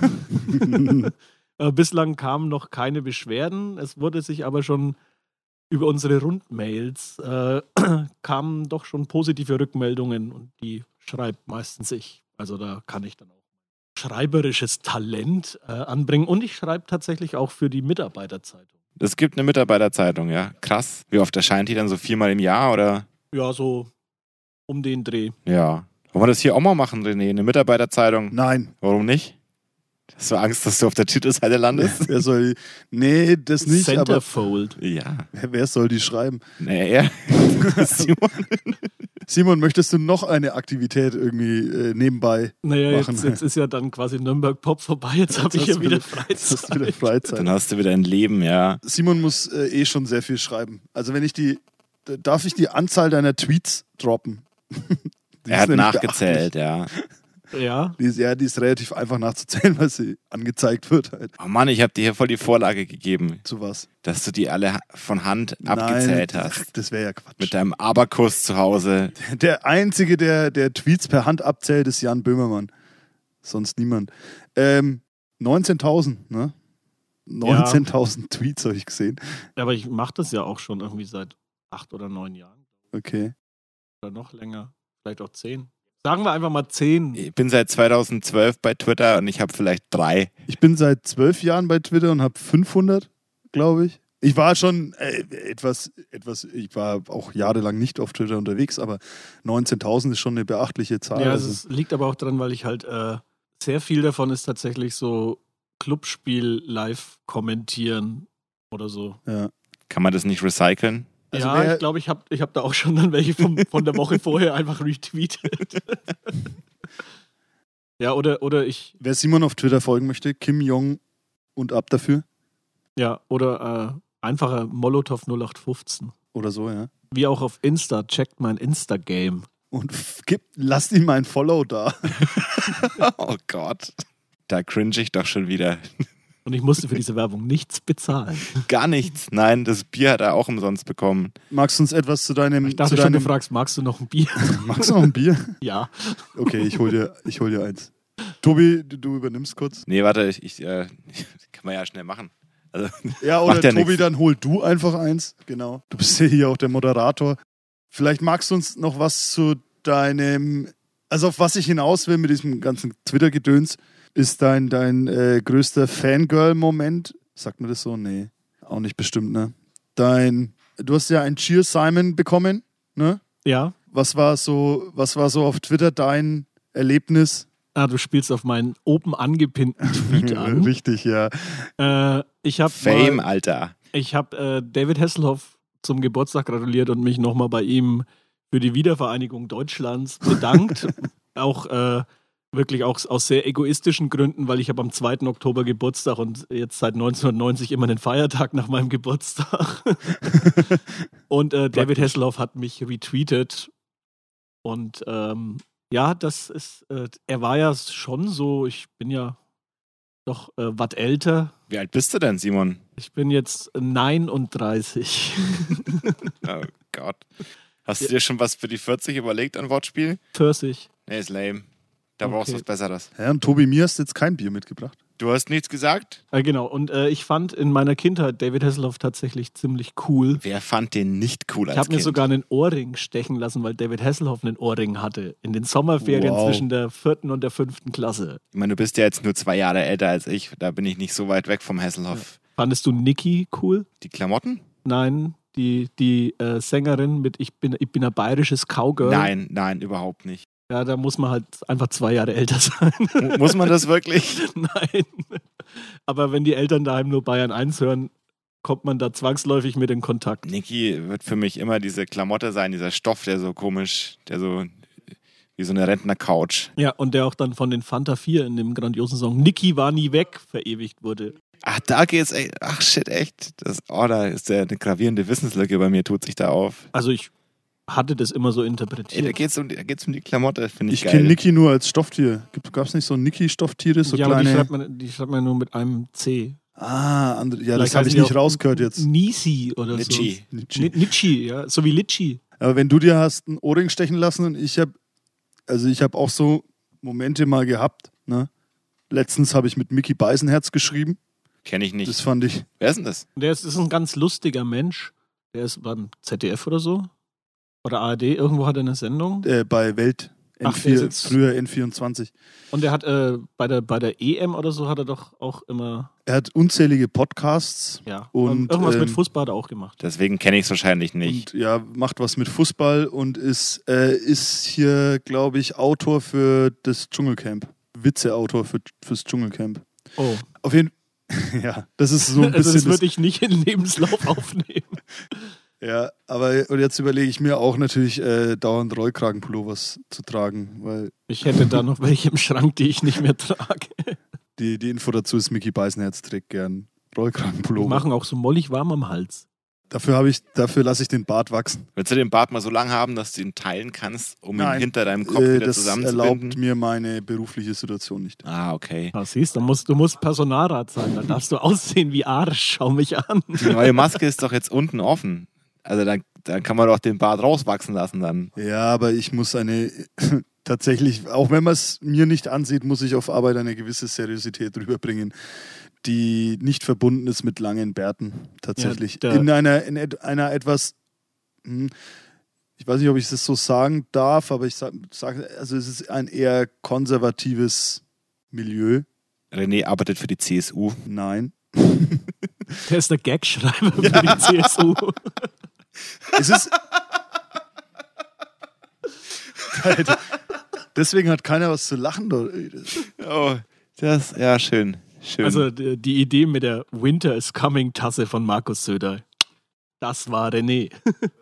Äh, bislang kamen noch keine Beschwerden. Es wurde sich aber schon über unsere Rundmails äh, kamen doch schon positive Rückmeldungen und die schreibt meistens ich. Also da kann ich dann auch schreiberisches Talent äh, anbringen und ich schreibe tatsächlich auch für die Mitarbeiterzeitung. Es gibt eine Mitarbeiterzeitung, ja. Krass. Wie oft erscheint die dann so viermal im Jahr oder? Ja, so um den Dreh. Ja. Wollen wir das hier auch mal machen, René? Eine Mitarbeiterzeitung? Nein. Warum nicht? Hast du Angst, dass du auf der Titelseite landest? Wer soll, nee, das nicht, aber Centerfold. ja. wer, wer soll die schreiben? Nee, er. Simon. Simon, möchtest du noch eine Aktivität irgendwie äh, nebenbei? Naja, Machen. jetzt, jetzt ist ja dann quasi Nürnberg Pop vorbei. Jetzt habe ich hast ja du wieder wieder- Das ist wieder Freizeit. Freizeit. Dann hast du wieder ein Leben, ja. Simon muss äh, eh schon sehr viel schreiben. Also wenn ich die, d- darf ich die Anzahl deiner Tweets droppen? Die Er ist hat nämlich nachgezählt, ja. Ja, beachtlich. Die ist, ja, die ist relativ einfach nachzuzählen, weil sie angezeigt wird halt. Oh Mann, ich habe dir hier voll die Vorlage gegeben, Zu was? dass du die alle ha- von Hand abgezählt Nein, hast. ach, Das wäre ja Quatsch. Mit deinem Abakus zu Hause. Der Einzige, der, der Tweets per Hand abzählt, ist Jan Böhmermann. Sonst niemand. Ähm, 19.000, ne? 19.000 Tweets habe ich gesehen. aber ich mache das ja auch schon irgendwie seit acht oder neun Jahren. Okay. Oder noch länger. Vielleicht auch zehn. Sagen wir einfach mal zehn. Ich bin seit 2012 bei Twitter und ich habe vielleicht drei. Ich bin seit zwölf Jahren bei Twitter und habe 500, glaube ich. Ich war schon äh, etwas, etwas, ich war auch jahrelang nicht auf Twitter unterwegs, aber 19.000 ist schon eine beachtliche Zahl. Ja, es Also, ist, liegt aber auch daran, weil ich halt äh, sehr viel davon ist tatsächlich so Clubspiel live kommentieren oder so. ja. Kann man das nicht recyceln? Also ja, wer- ich glaube, ich habe ich hab da auch schon dann welche vom, von der Woche vorher einfach retweetet. ja, oder, oder ich, Wer Simon auf Twitter folgen möchte, Kim Jong und ab dafür ja, oder äh, einfacher Molotow 0815. oder so, ja. Wie auch auf Insta, checkt mein Insta-Game. Und f- gib, lasst ihm ein Follow da. Oh Gott. Da cringe ich doch schon wieder. Und ich musste für diese Werbung nichts bezahlen. Gar nichts. Nein, das Bier hat er auch umsonst bekommen. Magst du uns etwas zu deinem. Ich dachte zu schon, deinem du fragst, magst du noch ein Bier? Magst du noch ein Bier? ja. Okay, ich hol dir, ich hol dir eins. Tobi, du- du übernimmst kurz. Nee, warte, ich, ich äh, kann man ja schnell machen. Also, Ja, Macht ja oder Tobi, nix. dann hol du einfach eins. Genau. Du bist ja hier auch der Moderator. Vielleicht magst du uns noch was zu deinem. Also, auf was ich hinaus will mit diesem ganzen Twitter-Gedöns, ist dein, dein äh, größter Fangirl-Moment. Sagt mir das so? Nee. Auch nicht bestimmt, ne? Dein. Du hast ja ein Cheer Simon bekommen, ne? Ja. Was war so, was war so auf Twitter dein Erlebnis? Ah, du spielst auf meinen oben angepinnten Tweet an. Richtig, ja. äh, ich habe Fame, Alter. ich hab, äh, David Hasselhoff zum Geburtstag gratuliert und mich nochmal bei ihm für die Wiedervereinigung Deutschlands bedankt. auch äh, wirklich auch aus sehr egoistischen Gründen, weil ich habe am 2. Oktober Geburtstag und jetzt seit 1990 immer einen Feiertag nach meinem Geburtstag. und äh, David Hasselhoff hat mich retweetet Und ähm, ja, das ist, äh, er war ja schon so, ich bin ja doch äh, was älter. Wie alt bist du denn, Simon? Ich bin jetzt 39. Oh Gott. Hast du dir schon was für die 40 überlegt an Wortspiel? 40. Nee, ist lame. Da Okay. brauchst du was Besseres. Ja, und Tobi, mir hast du jetzt kein Bier mitgebracht. Du hast nichts gesagt? Äh, genau, und äh, ich fand in meiner Kindheit David Hasselhoff tatsächlich ziemlich cool. Wer fand den nicht cool als Ich habe mir Kind? sogar einen Ohrring stechen lassen, weil David Hasselhoff einen Ohrring hatte. In den Sommerferien Wow. zwischen der vierten und der fünften Klasse. ich meine, du bist ja jetzt nur zwei Jahre älter als ich. Da bin ich nicht so weit weg vom Hasselhoff. Fandest du Niki cool? Die Klamotten? Nein. Die, die äh, Sängerin mit Ich bin, ich bin ein bayerisches Cowgirl. Nein, nein, überhaupt nicht. Ja, da muss man halt einfach zwei Jahre älter sein. Mu- Muss man das wirklich? Nein. Aber wenn die Eltern daheim nur Bayern 1 hören, kommt man da zwangsläufig mit in Kontakt. Niki wird für mich immer diese Klamotte sein, dieser Stoff, der so komisch, der so wie so eine Rentnercouch. Ja, und der auch dann von den Fanta 4 in dem grandiosen Song Niki war nie weg verewigt wurde. Ach, da geht's echt. Ach shit, echt. Das, oh, da ist ja eine gravierende Wissenslücke bei mir, tut sich da auf. Also ich hatte das immer so Ey, da interpretiert. geht's um, die- da geht's um die Klamotte, finde ich, Ich geil. kenne Niki nur als Stofftier. Gab es nicht so Niki-Stofftiere, so ja, aber die kleine? schreibt, man, die schreibt man nur mit einem C. Ah, andere, ja, Vielleicht das habe ich heißen die nicht auch rausgehört jetzt. Nisi oder Nitschi. so. Nitschi. Nitschi, ja. So wie Litschi. Aber wenn du dir hast einen Ohrring stechen lassen und ich habe, also ich habe auch so Momente mal gehabt. Ne? Letztens habe ich mit Mickey Beisenherz geschrieben. Kenne ich nicht. Das fand ich. Wer ist denn das? Der ist, ist ein ganz lustiger Mensch. Der ist beim ZDF oder so. Oder ARD, irgendwo hat er eine Sendung. äh, bei Welt Ach, der N4, sitzt- früher N24. Und der hat äh, bei, der, bei der EM oder so hat er doch auch immer, Er hat unzählige Podcasts ja. Und, irgendwas mit ähm, Fußball hat er auch gemacht. Deswegen kenne ich es wahrscheinlich nicht. und ja, macht was mit Fußball und ist, äh, ist hier, glaube ich, Autor für das Dschungelcamp. Witzeautor für, fürs Dschungelcamp. Oh. Auf jeden ja, das ist so ein Also das bisschen. würde ich nicht in den Lebenslauf aufnehmen. das, ja, aber und jetzt überlege ich mir auch natürlich äh, dauernd Rollkragenpullovers zu tragen, weil Ich hätte da noch welche im Schrank, die ich nicht mehr trage. die, die Info dazu ist, Mickey Beisenherz trägt gern Die Rollkragenpullover. machen auch so mollig warm am Hals. Dafür habe ich, dafür lasse ich den Bart wachsen. Willst du den Bart mal so lang haben, dass du ihn teilen kannst, um ihn Nein. hinter deinem Kopf Äh, wieder das erlaubt zusammenzubinden? mir meine berufliche Situation nicht. Ah, okay. Ah, siehst du, musst, du musst Personalrat sein, dann darfst du aussehen wie Arsch. Schau mich an. Die neue Maske ist doch jetzt unten offen. Also dann, dann kann man doch den Bart rauswachsen lassen dann. Ja, aber ich muss eine tatsächlich, auch wenn man es mir nicht ansieht, muss ich auf Arbeit eine gewisse Seriosität rüberbringen, die nicht verbunden ist mit langen Bärten. Tatsächlich. da- in einer, in et, einer etwas, hm, ich weiß nicht, ob ich das so sagen darf, aber ich sage, sag, also es ist ein eher konservatives Milieu. René arbeitet für die CSU. Nein. Der ist der Gagschreiber für die CSU. Es ist. Alter, Deswegen hat keiner was zu lachen. da- Oh, das, ja, schön. Schön. Also die die Idee mit der Winter is Coming Tasse von Markus Söder. Das war René.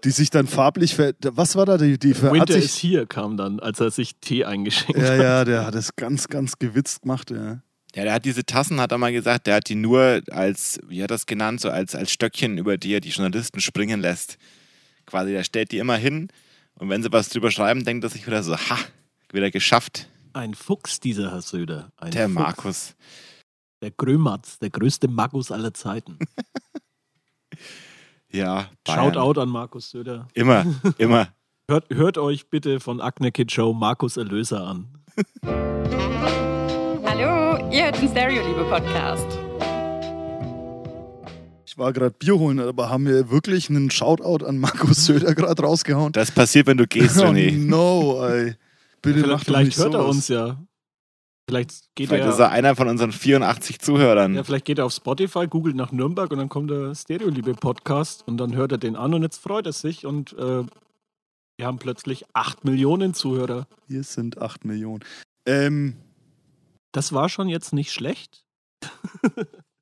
Die sich dann farblich ver. Was war da die, die ver hat Winter sich- is here kam dann, als er sich Tee eingeschenkt Ja, hat. ja, der hat es ganz, ganz gewitzt gemacht. Ja. Ja, der hat diese Tassen, hat er mal gesagt, der hat die nur als, wie hat er das genannt, so als, als Stöckchen, über die er die Journalisten springen lässt. Quasi, der stellt die immer hin und wenn sie was drüber schreiben, denkt er sich wieder so, ha, wieder geschafft, Ein Fuchs, dieser Herr Söder. Ein der Fuchs. Markus. Der Grömatz, der größte Magus aller Zeiten. Ja, Bayern. Shoutout an Markus Söder. Immer, immer. Hört, hört euch bitte von Agne Kid Show Markus Erlöser an. Hallo, ihr hört den Stereoliebe-Podcast. Ich war gerade Bier holen, aber haben wir wirklich einen Shoutout an Markus Söder gerade rausgehauen? Das passiert, wenn du gehst, oh René. no, ey. Bitte Vielleicht, macht doch vielleicht nicht hört er sowas. uns ja. Vielleicht geht Vielleicht er, ist er einer von unseren 84 Zuhörern. ja, vielleicht geht er auf Spotify, googelt nach Nürnberg und dann kommt der Stereoliebe-Podcast und dann hört er den an und jetzt freut er sich und äh, wir haben plötzlich 8 Millionen Zuhörer. Hier sind 8 Millionen. Ähm, Das war schon jetzt nicht schlecht.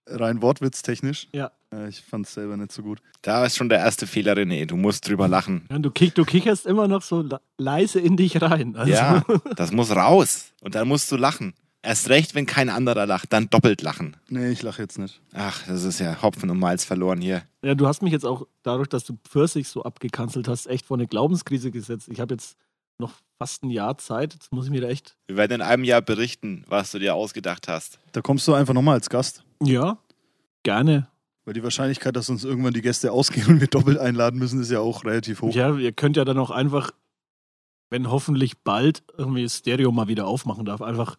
rein wortwitztechnisch. Ja. Äh, ich fand es selber nicht so gut. Da ist schon der erste Fehler, René. Du musst drüber lachen. Ja, du, kick, du kicherst immer noch so le- leise in dich rein. Also, Ja, das muss raus. Und dann musst du lachen. Erst recht, wenn kein anderer lacht, dann doppelt lachen. Nee, ich lache jetzt nicht. Ach, das ist ja Hopfen und Malz verloren hier. ja, du hast mich jetzt auch dadurch, dass du Pfirsich so abgekanzelt hast, echt vor eine Glaubenskrise gesetzt. Ich habe jetzt noch fast ein Jahr Zeit. Jetzt muss ich mir da echt. Wir werden in einem Jahr berichten, was du dir ausgedacht hast. Da kommst du einfach nochmal als Gast. Ja, gerne. Weil die Wahrscheinlichkeit, dass uns irgendwann die Gäste ausgehen und wir doppelt einladen müssen, ist ja auch relativ hoch. Ja, ihr könnt ja dann auch einfach, wenn hoffentlich bald irgendwie das Stereo mal wieder aufmachen darf, einfach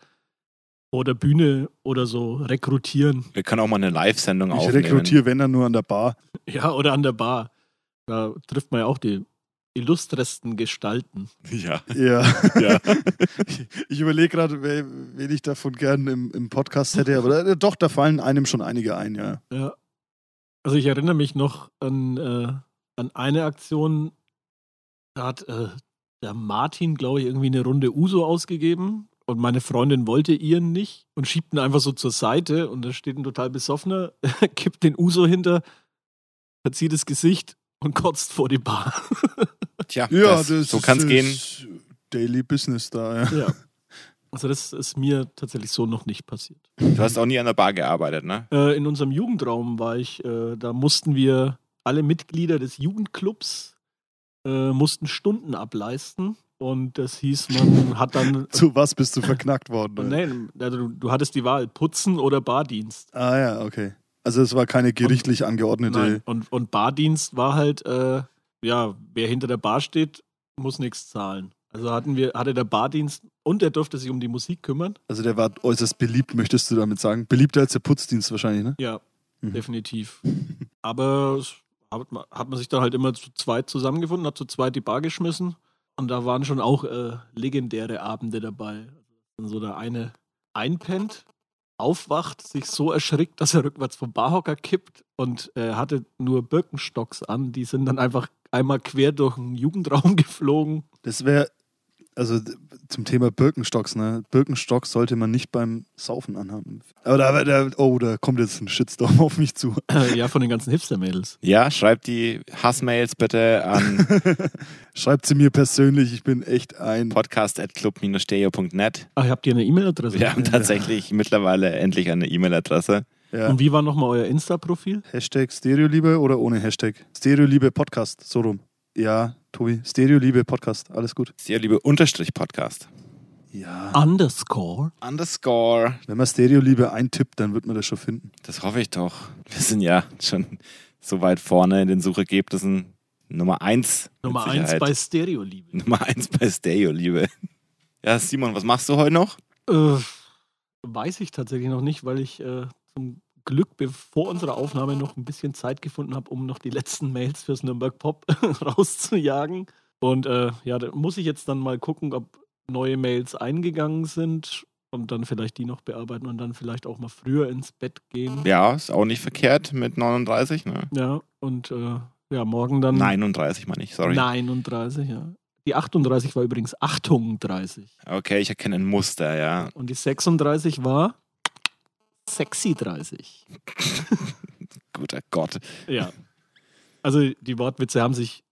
vor der Bühne oder so rekrutieren. Wir können auch mal eine Live-Sendung ich aufnehmen. rekrutiere, wenn dann nur an der Bar. Ja, oder an der Bar. Da trifft man ja auch die illustresten Gestalten. Ja, Ja. ja. Ich überlege gerade, wer- wen ich davon gern im, im Podcast hätte, aber da, äh, doch, da fallen einem schon einige ein, ja. Ja. Also ich erinnere mich noch an, äh, an eine Aktion, da hat äh, der Martin, glaube ich, irgendwie eine Runde Uso ausgegeben und meine Freundin wollte ihren nicht und schiebt ihn einfach so zur Seite und da steht ein total besoffener, kippt den Uso hinter, verzieht das Gesicht und kotzt vor die Bar. Tja, Ja, das, das so ist- kann es gehen. ist Daily Business da, ja. ja. Also das ist mir tatsächlich so noch nicht passiert. Du hast auch nie an der Bar gearbeitet, ne? Äh, in unserem Jugendraum war ich, äh, da mussten wir alle Mitglieder des Jugendclubs äh, mussten Stunden ableisten und das hieß, man hat dann Zu was bist du verknackt worden? Ne? Nein, also du, du hattest die Wahl, putzen oder Bardienst. Ah ja, okay. Also es war keine gerichtlich angeordnete. Nein. Und, und Bardienst war halt, äh, ja, wer hinter der Bar steht, muss nichts zahlen. Also hatten wir, hatte der Bardienst und er durfte sich um die Musik kümmern. Also der war äußerst beliebt, möchtest du damit sagen. Beliebter als der Putzdienst wahrscheinlich, ne? Ja, Mhm. definitiv. Aber es hat man, hat man sich dann halt immer zu zweit zusammengefunden, hat zu zweit die Bar geschmissen und da waren schon auch äh, legendäre Abende dabei. Dann so der eine einpennt, aufwacht, sich so erschrickt, dass er rückwärts vom Barhocker kippt und äh, hatte nur Birkenstocks an. Die sind dann einfach einmal quer durch den Jugendraum geflogen. Das wäre, also d- zum Thema Birkenstocks, ne? Birkenstocks sollte man nicht beim Saufen anhaben. Aber da, da, oh, da kommt jetzt ein Shitstorm auf mich zu. Äh, ja, von den ganzen Hipster-Mädels. Ja, schreib die Hassmails bitte an Schreibt sie mir persönlich, ich bin echt ein... podcast.club-stereo.net. Ach, Ah, ihr habt hier eine Also, E-Mail-Adresse? Wir haben tatsächlich mittlerweile endlich eine E-Mail-Adresse. Ja. Und wie war nochmal euer Insta-Profil? Hashtag Stereoliebe oder ohne Hashtag? Stereoliebe Podcast, so rum. Ja, Tobi, Stereoliebe Podcast, alles gut. Sehr liebe Unterstrich-Podcast. Ja. Ah. Underscore? Underscore. Wenn man Stereoliebe eintippt, dann wird man das schon finden. Das hoffe ich doch. Wir sind ja schon so weit vorne in den Suchergebnissen. Nummer eins. mit Nummer eins Sicherheit. bei Stereo-Liebe. Nummer eins bei Stereo, Liebe. Ja, Simon, was machst du heute noch? Äh, weiß ich tatsächlich noch nicht, weil ich äh, zum Glück bevor unserer Aufnahme noch ein bisschen Zeit gefunden habe, um noch die letzten Mails fürs Nürnberg Pop rauszujagen. Und äh, ja, da muss ich jetzt dann mal gucken, ob neue Mails eingegangen sind und dann vielleicht die noch bearbeiten und dann vielleicht auch mal früher ins Bett gehen. Ja, ist auch nicht verkehrt mit 39, ne? Ja, und äh, ja, morgen dann 39 meine ich, sorry. 39, ja. Die 38 war übrigens Achtung 30 Okay, ich erkenne ein Muster, ja. und die 36 war sexy 30. Guter Gott. Ja. Also die Wortwitze haben sich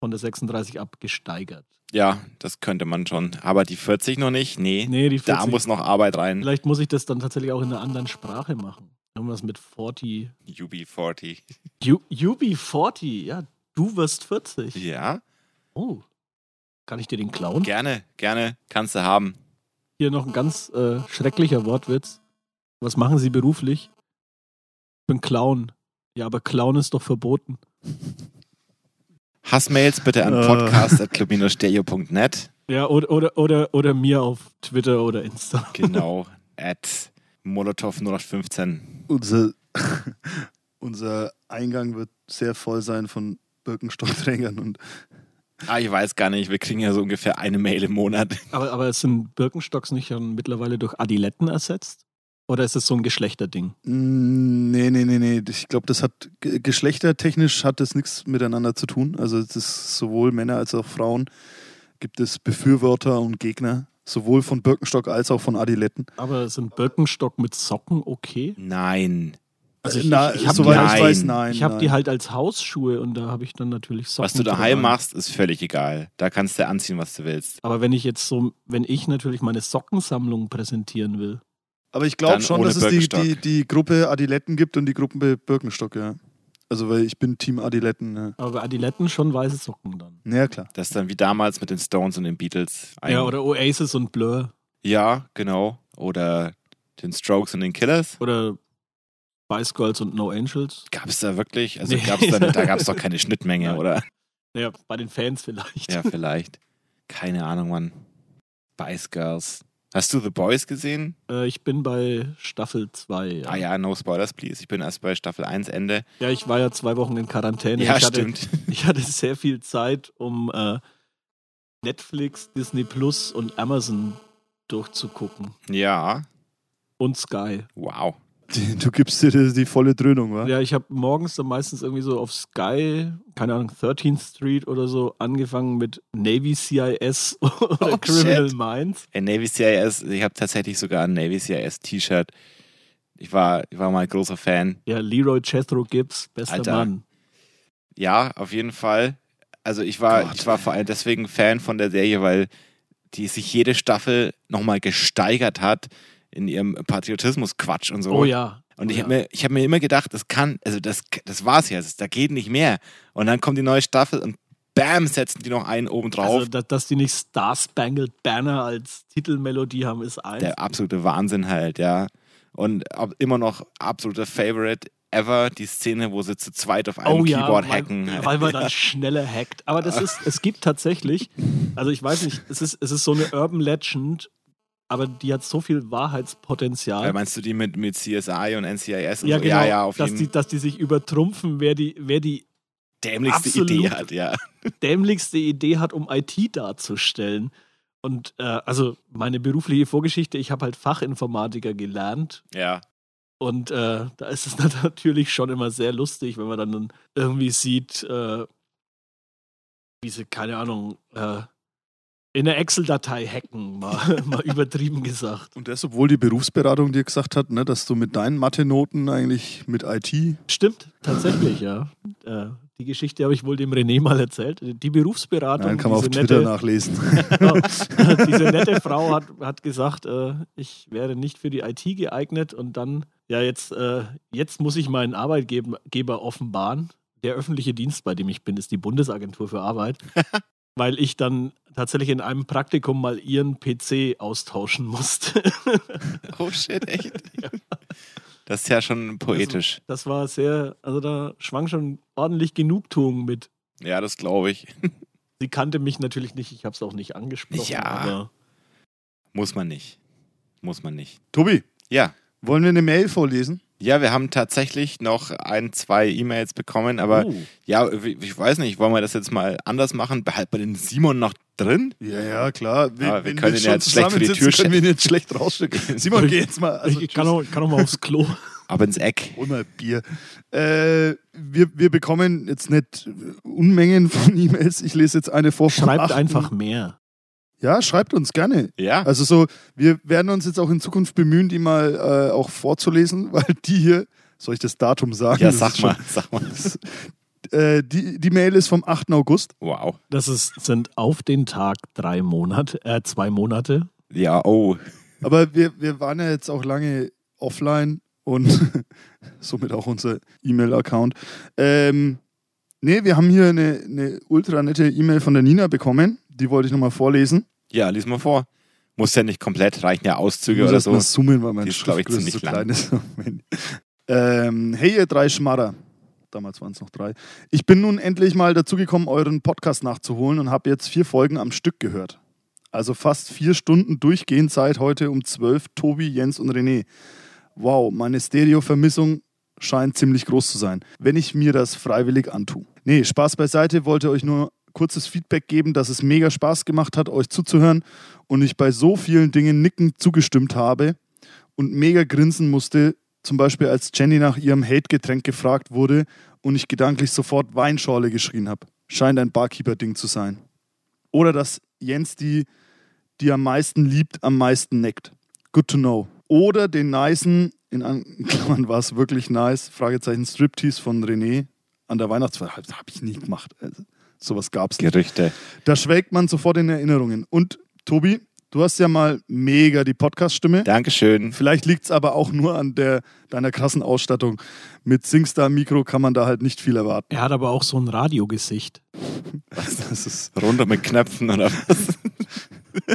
von der 36 abgesteigert. Ja, das könnte man schon. Aber die 40 noch nicht? Nee. Nee, die 40. Da muss noch Arbeit rein. Vielleicht muss ich das dann tatsächlich auch in einer anderen Sprache machen. Irgendwas mit 40. UB40. U UB40, ja, du wirst 40. Ja, Oh. Kann ich dir den klauen? gerne, gerne. Kannst du haben. Hier noch ein ganz äh, schrecklicher Wortwitz. Was machen Sie beruflich? Ich bin Clown. Ja, aber Clown ist doch verboten. Hassmails bitte an Äh. podcast.club-stereo.net. Ja, oder, oder, oder, oder mir auf Twitter oder Insta. Genau. at Molotov 0815. Unser, unser Eingang wird sehr voll sein von Birkenstockträgern und Ah, ich weiß gar nicht. Wir kriegen ja so ungefähr eine Mail im Monat. Aber, aber sind Birkenstocks nicht schon mittlerweile durch Adiletten ersetzt? Oder ist es so ein Geschlechterding? Mm, Nee, nee, nee, nee. Ich glaube, das hat ge- geschlechtertechnisch hat das nichts miteinander zu tun. Also es ist sowohl Männer als auch Frauen gibt es Befürworter und Gegner, sowohl von Birkenstock als auch von Adiletten. Aber sind Birkenstock mit Socken okay? Nein. Also ich- Na, ich- ich hab soweit die- ich weiß, Nein. nein. ich habe nein. die halt als Hausschuhe und da habe ich dann natürlich Socken. Was du daheim dran. machst, ist völlig egal. Da kannst du anziehen, was du willst. Aber wenn ich jetzt so, wenn ich natürlich meine Sockensammlung präsentieren will, Aber ich Dann glaube schon, ohne dass es die, die, Birkenstock. die Gruppe Adiletten gibt und die Gruppe Birkenstock, ja. Also, weil ich bin Team Adiletten. Ne? Aber bei Adiletten schon weiße Socken dann. Ja, klar. Das ist dann wie damals mit den Stones und den Beatles. Ein- Ja, oder Oasis und Blur. Ja, genau. Oder den Strokes und den Killers. Oder Spice Girls und No Angels. Gab es da wirklich? Also Nee. gab's da, da gab es doch keine Schnittmenge, Nein. oder? Naja, bei den Fans vielleicht. Ja, vielleicht. Keine Ahnung, Mann. Spice Girls. Hast du The Boys gesehen? Äh, ich bin bei Staffel 2. Ja. Ah ja, no spoilers, please. Ich bin erst bei Staffel 1 Ende. ja, ich war ja zwei Wochen in Quarantäne. ja, ich hatte, stimmt. Ich hatte sehr viel Zeit, um äh, Netflix, Disney Plus und Amazon durchzugucken. Ja, Und Sky. wow. Du gibst dir die, die volle Dröhnung, wa? Ja, ich habe morgens dann meistens irgendwie so auf Sky, keine Ahnung, 13th Street oder so, angefangen mit Navy CIS oder Oh, Criminal shit. Minds. Äh, Navy CIS, ich habe tatsächlich sogar ein Navy CIS T-Shirt. Ich war, ich war mal großer Fan. Ja, Leroy Jethro Gibbs, bester Alter. Mann. Ja, auf jeden Fall. Also ich war, ich war vor allem deswegen Fan von der Serie, weil die sich jede Staffel nochmal gesteigert hat in ihrem Patriotismus-Quatsch und so. Oh ja. Und oh, ich ja. habe mir, ich hab mir immer gedacht, das kann, also das, das war's ja, das, da geht nicht mehr. Und dann kommt die neue Staffel und bam, setzen die noch einen oben drauf. Also, dass, dass die nicht Star Spangled Banner als Titelmelodie haben, ist eins. der absolute Wahnsinn halt, ja. Und ab- immer noch absoluter Favorite ever, die Szene, wo sie zu zweit auf einem Keyboard hacken. Oh halt. Weil, weil man dann schneller hackt. Aber das ist, es gibt tatsächlich, also ich weiß nicht, es ist, es ist so eine Urban Legend, aber die hat so viel Wahrheitspotenzial. Weil meinst du die mit, mit CSI und NCIS und ja, so? genau, ja, ja, auf dass, jeden die, dass die sich übertrumpfen, wer die, wer die dämlichste absolut. Idee hat, ja. dämlichste Idee hat, um IT darzustellen. Und äh, also meine berufliche Vorgeschichte, ich habe halt Fachinformatiker gelernt Ja. Und äh, da ist es nat- natürlich schon immer sehr lustig, wenn man dann irgendwie sieht, äh, wie sie, keine Ahnung, äh, in der Excel-Datei hacken, mal, mal übertrieben gesagt. Und das, obwohl die Berufsberatung dir gesagt hat, ne, dass du mit deinen Mathe-Noten eigentlich mit IT. Stimmt, tatsächlich, ja. Äh, die Geschichte habe ich wohl dem René mal erzählt. Die Berufsberatung, Nein, kann man auf diese, Twitter nette, nachlesen. diese nette Frau hat, hat gesagt, äh, ich wäre nicht für die IT geeignet und dann, ja, jetzt, äh, jetzt muss ich meinen Arbeitgeber offenbaren. Der öffentliche Dienst, bei dem ich bin, ist die Bundesagentur für Arbeit, weil ich dann tatsächlich in einem Praktikum mal ihren PC austauschen musste. Oh shit, echt? Das ist ja schon poetisch. Das war sehr, also da schwang schon ordentlich Genugtuung mit. Ja, das glaube ich. Sie kannte mich natürlich nicht, ich habe es auch nicht angesprochen. Ja. Aber Muss man nicht. Muss man nicht. Tobi, Ja. wollen wir eine Mail vorlesen? Ja, wir haben tatsächlich noch ein, zwei E-Mails bekommen, aber Uh. ja, ich ich weiß nicht, wollen wir das jetzt mal anders machen? Behalten wir den Simon noch drin? Ja, ja, klar. Aber Ah, wir können ihn jetzt schlecht vor die zusammensitzen, Tür können wir ihn jetzt schlecht rausschicken. Simon, geh jetzt mal. Also, ich kann tschüss. auch, kann auch mal aufs Klo. Ab ins Eck. Hol mal Bier. Äh, wir, wir bekommen jetzt nicht Unmengen von E-Mails. Ich lese jetzt eine vor. vom Schreibt 8.. einfach mehr. Ja, schreibt uns gerne. Ja, Also so, wir werden uns jetzt auch in Zukunft bemühen, die mal äh, auch vorzulesen, weil die hier, soll ich das Datum sagen? ja Das sag ist schon- mal, sag mal. das- äh, die, die Mail ist vom 8. August. Wow. Das ist, sind auf den Tag drei Monate, äh, zwei Monate. Ja, oh. Aber wir, wir waren ja jetzt auch lange offline und somit auch unser E-Mail-Account. Ähm, nee, wir haben hier eine, eine ultra nette E-Mail von der Nina bekommen. Die wollte ich nochmal vorlesen. Ja, lies mal vor. Muss ja nicht komplett, reichen ja Ich Auszüge muss oder erst so. mal zoomen, weil mein Die ist, glaub ich, Schriftgröße so ziemlich klein ist. ähm, hey, ihr drei Schmarrer. Damals waren es noch drei. Ich bin nun endlich mal dazu gekommen, euren Podcast nachzuholen und habe jetzt vier Folgen am Stück gehört. Also fast vier Stunden durchgehend seit heute um zwölf Tobi, Jens und René. Wow, meine Stereo-Vermissung scheint ziemlich groß zu sein, wenn ich mir das freiwillig antue. Nee, Spaß beiseite, wollte euch nur kurzes Feedback geben, dass es mega Spaß gemacht hat, euch zuzuhören und ich bei so vielen Dingen nickend zugestimmt habe und mega grinsen musste, zum Beispiel als Jenny nach ihrem Hate-Getränk gefragt wurde und ich gedanklich sofort Weinschorle geschrien habe. Scheint ein Barkeeper-Ding zu sein. Oder dass Jens die, die am meisten liebt, am meisten neckt. Good to know. Oder den nicen, in An- Klammern war es wirklich nice, Fragezeichen Striptease von René an der Weihnachtsfeier. Hab hab ich nie gemacht. Also, sowas gab's nicht. Gerüchte. Da schwelgt man sofort in Erinnerungen. Und Tobi, Du hast ja mal mega die Podcast-Stimme. Dankeschön. Vielleicht liegt es aber auch nur an der, deiner krassen Ausstattung. Mit Singstar-Mikro kann man da halt nicht viel erwarten. Er hat aber auch so ein Radiogesicht. Das ist Runde mit Knöpfen oder was?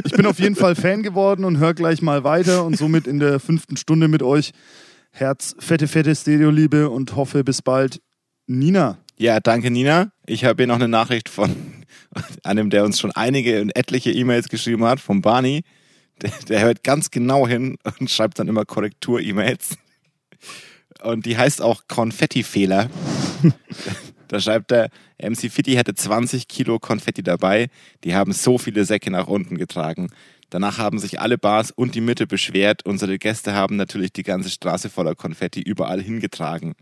Ich bin auf jeden Fall Fan geworden und höre gleich mal weiter und somit in der fünften Stunde mit euch. Herz, fette, fette Stereoliebe und hoffe bis bald. Nina, Ja, danke Nina. Ich habe hier noch eine Nachricht von einem, der uns schon einige und etliche E-Mails geschrieben hat, von Barney. Der, der hört ganz genau hin und schreibt dann immer Korrektur-E-Mails. Und die heißt auch Konfetti-Fehler. Da schreibt er, MC Fitti hatte 20 Kilo Konfetti dabei. Die haben so viele Säcke nach unten getragen. Danach haben sich alle Bars und die Mitte beschwert. Unsere Gäste haben natürlich die ganze Straße voller Konfetti überall hingetragen.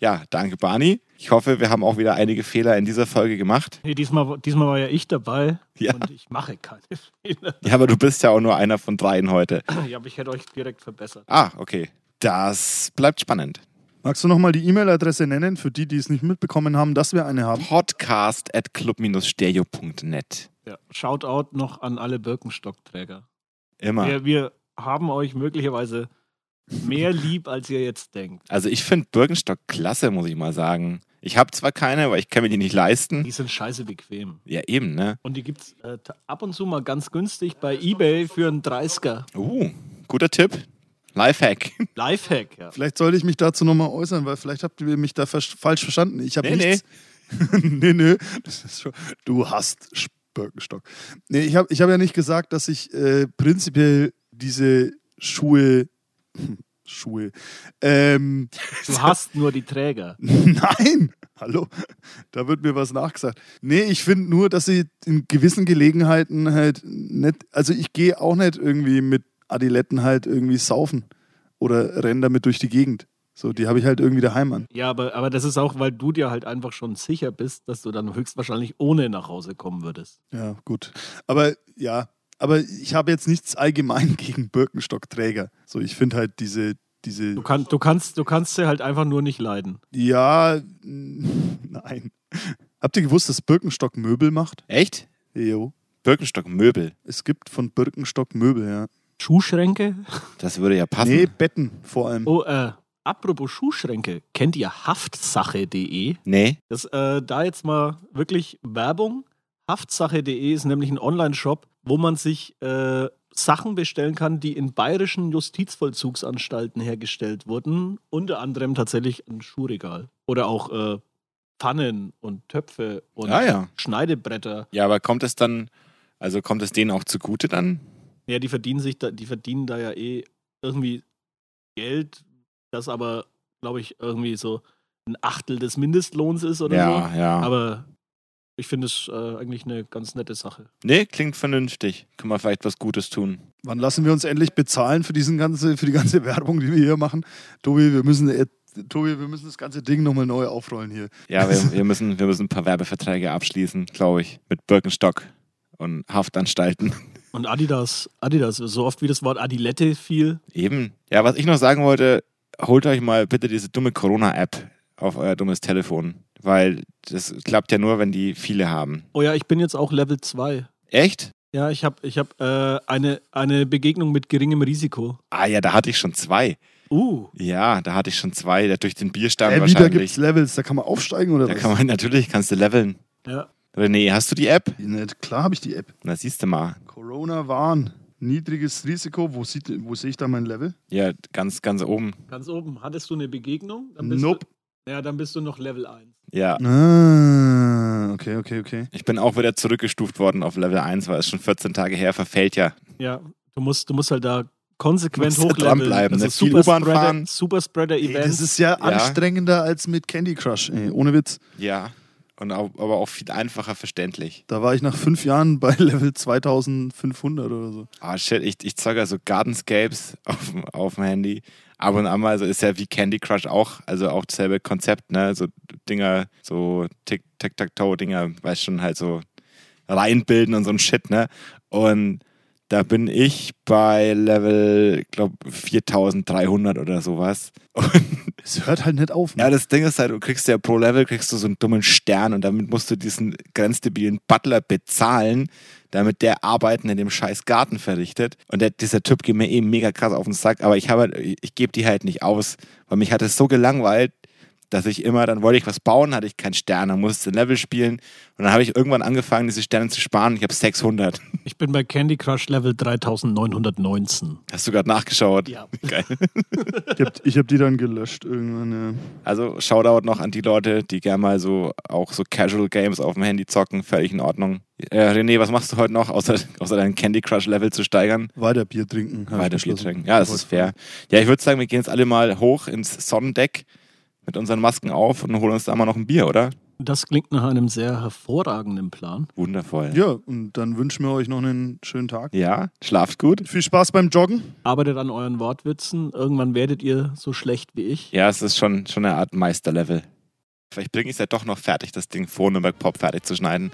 Ja, danke Barney. Ich hoffe, wir haben auch wieder einige Fehler in dieser Folge gemacht. Nee, diesmal, diesmal war ja ich dabei Ja. und ich mache keine Fehler. Ja, aber du bist ja auch nur einer von dreien heute. Ja, aber ich hätte euch direkt verbessert. Ah, okay. Das bleibt spannend. magst du nochmal die E-Mail-Adresse nennen, für die, die es nicht mitbekommen haben, dass wir eine haben? Podcast at club-stereo.net. Ja. Shoutout noch an alle Birkenstockträger. Immer. Wir, wir haben euch möglicherweise mehr lieb, als ihr jetzt denkt. Also ich finde Birkenstock klasse, muss ich mal sagen. Ich habe zwar keine, weil ich kann mir die nicht leisten. Die sind scheiße bequem. Ja, eben, ne? Und die gibt es äh, ta- ab und zu mal ganz günstig bei Ebay für einen 30er. Uh, guter Tipp. Lifehack. Lifehack, ja. Vielleicht sollte ich mich dazu nochmal äußern, weil vielleicht habt ihr mich da vers- falsch verstanden. Ich habe Nee, nichts. Nee. nee, Das ist schon, du hast Sch- Birkenstock. Nee, ich habe ich hab ja nicht gesagt, dass ich äh, prinzipiell diese Schuhe. Schuhe. Ähm, Du hast nur die Träger. nein! Hallo? Da wird mir was nachgesagt. Nee, ich finde nur, dass sie in gewissen Gelegenheiten halt nicht. Also, ich gehe auch nicht irgendwie mit Adiletten halt irgendwie saufen oder renn damit durch die Gegend. So, die habe ich halt irgendwie daheim an. Ja, aber, aber das ist auch, weil du dir halt einfach schon sicher bist, dass du dann höchstwahrscheinlich ohne nach Hause kommen würdest. Ja, gut. Aber ja, aber ich habe jetzt nichts allgemein gegen Birkenstockträger. So, ich finde halt diese, diese, Du, kann, du, kannst, du kannst sie halt einfach nur nicht leiden. ja, n- nein. Habt ihr gewusst, dass Birkenstock Möbel macht? Echt? Jo. Birkenstock Möbel. Es gibt von Birkenstock Möbel, ja. Schuhschränke? Das würde ja passen. Nee, Nee, Betten vor allem. Oh, äh, apropos Schuhschränke. Kennt ihr haftsache.de? Das, äh, da jetzt mal wirklich Werbung. Haftsache.de ist nämlich ein Online-Shop, wo man sich äh, Sachen bestellen kann, die in bayerischen Justizvollzugsanstalten hergestellt wurden. Unter anderem tatsächlich ein Schuhregal. Oder auch äh, Pfannen und Töpfe und Ah, ja. Schneidebretter. Ja, aber kommt es dann, also kommt es denen auch zugute dann? Ja, die verdienen sich da, die verdienen da ja eh irgendwie Geld, das aber, glaube ich, irgendwie so ein Achtel des Mindestlohns ist oder so. Ja, ja. Aber ich finde es äh, eigentlich eine ganz nette Sache. nee, klingt vernünftig. Können wir vielleicht was Gutes tun. Wann lassen wir uns endlich bezahlen für, diesen ganze, für die ganze Werbung, die wir hier machen? Tobi, wir müssen, äh, Tobi, wir müssen das ganze Ding nochmal neu aufrollen hier. Ja, wir, wir, müssen, wir müssen ein paar Werbeverträge abschließen, glaube ich, mit Birkenstock und Haftanstalten. Und Adidas, Adidas, so oft wie das Wort Adilette fiel. Eben. Ja, was ich noch sagen wollte, holt euch mal bitte diese dumme Corona-App auf euer dummes Telefon, weil das klappt ja nur, wenn die viele haben. Oh ja, ich bin jetzt auch Level 2. Echt? Ja, ich habe ich hab, äh, eine, eine Begegnung mit geringem Risiko. Ah ja, da hatte ich schon zwei. Uh, Ja, da hatte ich schon zwei. Da durch den Bierstamm Äh, wie, da gibt wahrscheinlich. es Levels, da kann man aufsteigen oder Da was? kann man natürlich, kannst du leveln. ja. René, hast du die App? Nee, Klar habe ich die App. Na, siehst du mal. Corona-Warn. Niedriges Risiko. Wo, sieht, wo sehe ich da mein Level? Ja, ganz, ganz oben. Ganz oben, hattest du eine Begegnung? Nope. Du, ja, dann bist du noch Level 1. Ja. Ah, okay, okay, okay. Ich bin auch wieder zurückgestuft worden auf Level 1, weil es schon 14 Tage her verfällt ja. Ja, du musst, du musst halt da konsequent Musst da hochleveln. Also dranbleiben, ne? Viel U-Bahn fahren. Super Ey, das Spreader-Events. ist ja, anstrengender als mit Candy Crush. Ey, ohne Witz. Ja. Und auch, aber auch viel einfacher verständlich. Da war ich nach fünf Jahren bei Level 2500 oder so. Ah, shit, ich, ich zocke so Gardenscapes auf, dem- auf dem Handy. Ab und an mal, also ist ja wie Candy Crush auch, also auch dasselbe Konzept, ne? So Dinger, so Tick- Tic-Tac-Toe-Dinger, weißt schon, halt so reinbilden und so ein Shit, ne? Und Da bin ich bei Level, glaube 4300 oder sowas. Und Es hört halt nicht auf. Ne? ja, das Ding ist halt, du kriegst ja pro Level kriegst du so einen dummen Stern und damit musst du diesen grenzdebilen Butler bezahlen, damit der Arbeiten in dem scheiß Garten verrichtet. Und der, dieser Typ geht mir eben mega krass auf den Sack, aber ich habe, halt- ich, ich gebe die halt nicht aus, weil mich hat es so gelangweilt, dass ich immer, dann wollte ich was bauen, hatte ich keinen Stern, dann musste ich ein Level spielen und dann habe ich irgendwann angefangen, diese Sterne zu sparen und ich habe 600. Ich bin bei Candy Crush Level 3919. Hast du gerade nachgeschaut? Ja. Geil. Ich habe ich hab die dann gelöscht irgendwann. Ja. Also Shoutout noch an die Leute, die gerne mal so auch so Casual Games auf dem Handy zocken, völlig in Ordnung. Äh, René, was machst du heute noch, außer, außer dein Candy Crush Level zu steigern? Weiter Bier trinken. hab ich Weiter Bier beschlossen. trinken. Ja, das ist fair. Ja, ich würde sagen, wir gehen jetzt alle mal hoch ins Sonnendeck mit unseren Masken auf und holen uns da mal noch ein Bier, oder? Das klingt nach einem sehr hervorragenden Plan. Wundervoll. Ja, und dann wünschen wir euch noch einen schönen Tag. ja schlaft gut. Viel Spaß beim Joggen. Arbeitet an euren Wortwitzen. Irgendwann werdet ihr so schlecht wie ich. Ja, es ist schon, schon eine Art Meisterlevel. Vielleicht bringe ich es ja doch noch fertig, das Ding vor Nürnberg Pop fertig zu schneiden.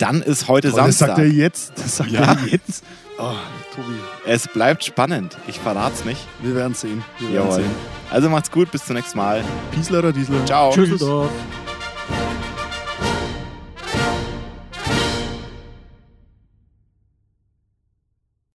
Dann ist heute Boah, Das Samstag. sagt er jetzt. Das sagt Ja. er jetzt. Ah, Tobi, es bleibt spannend. Ich verrat's nicht. wir werden sehen. Wir werden Jawohl. sehen. Also macht's gut, bis zum nächsten Mal. Pieslader, Diesler. Ciao. Tschüsseldorf.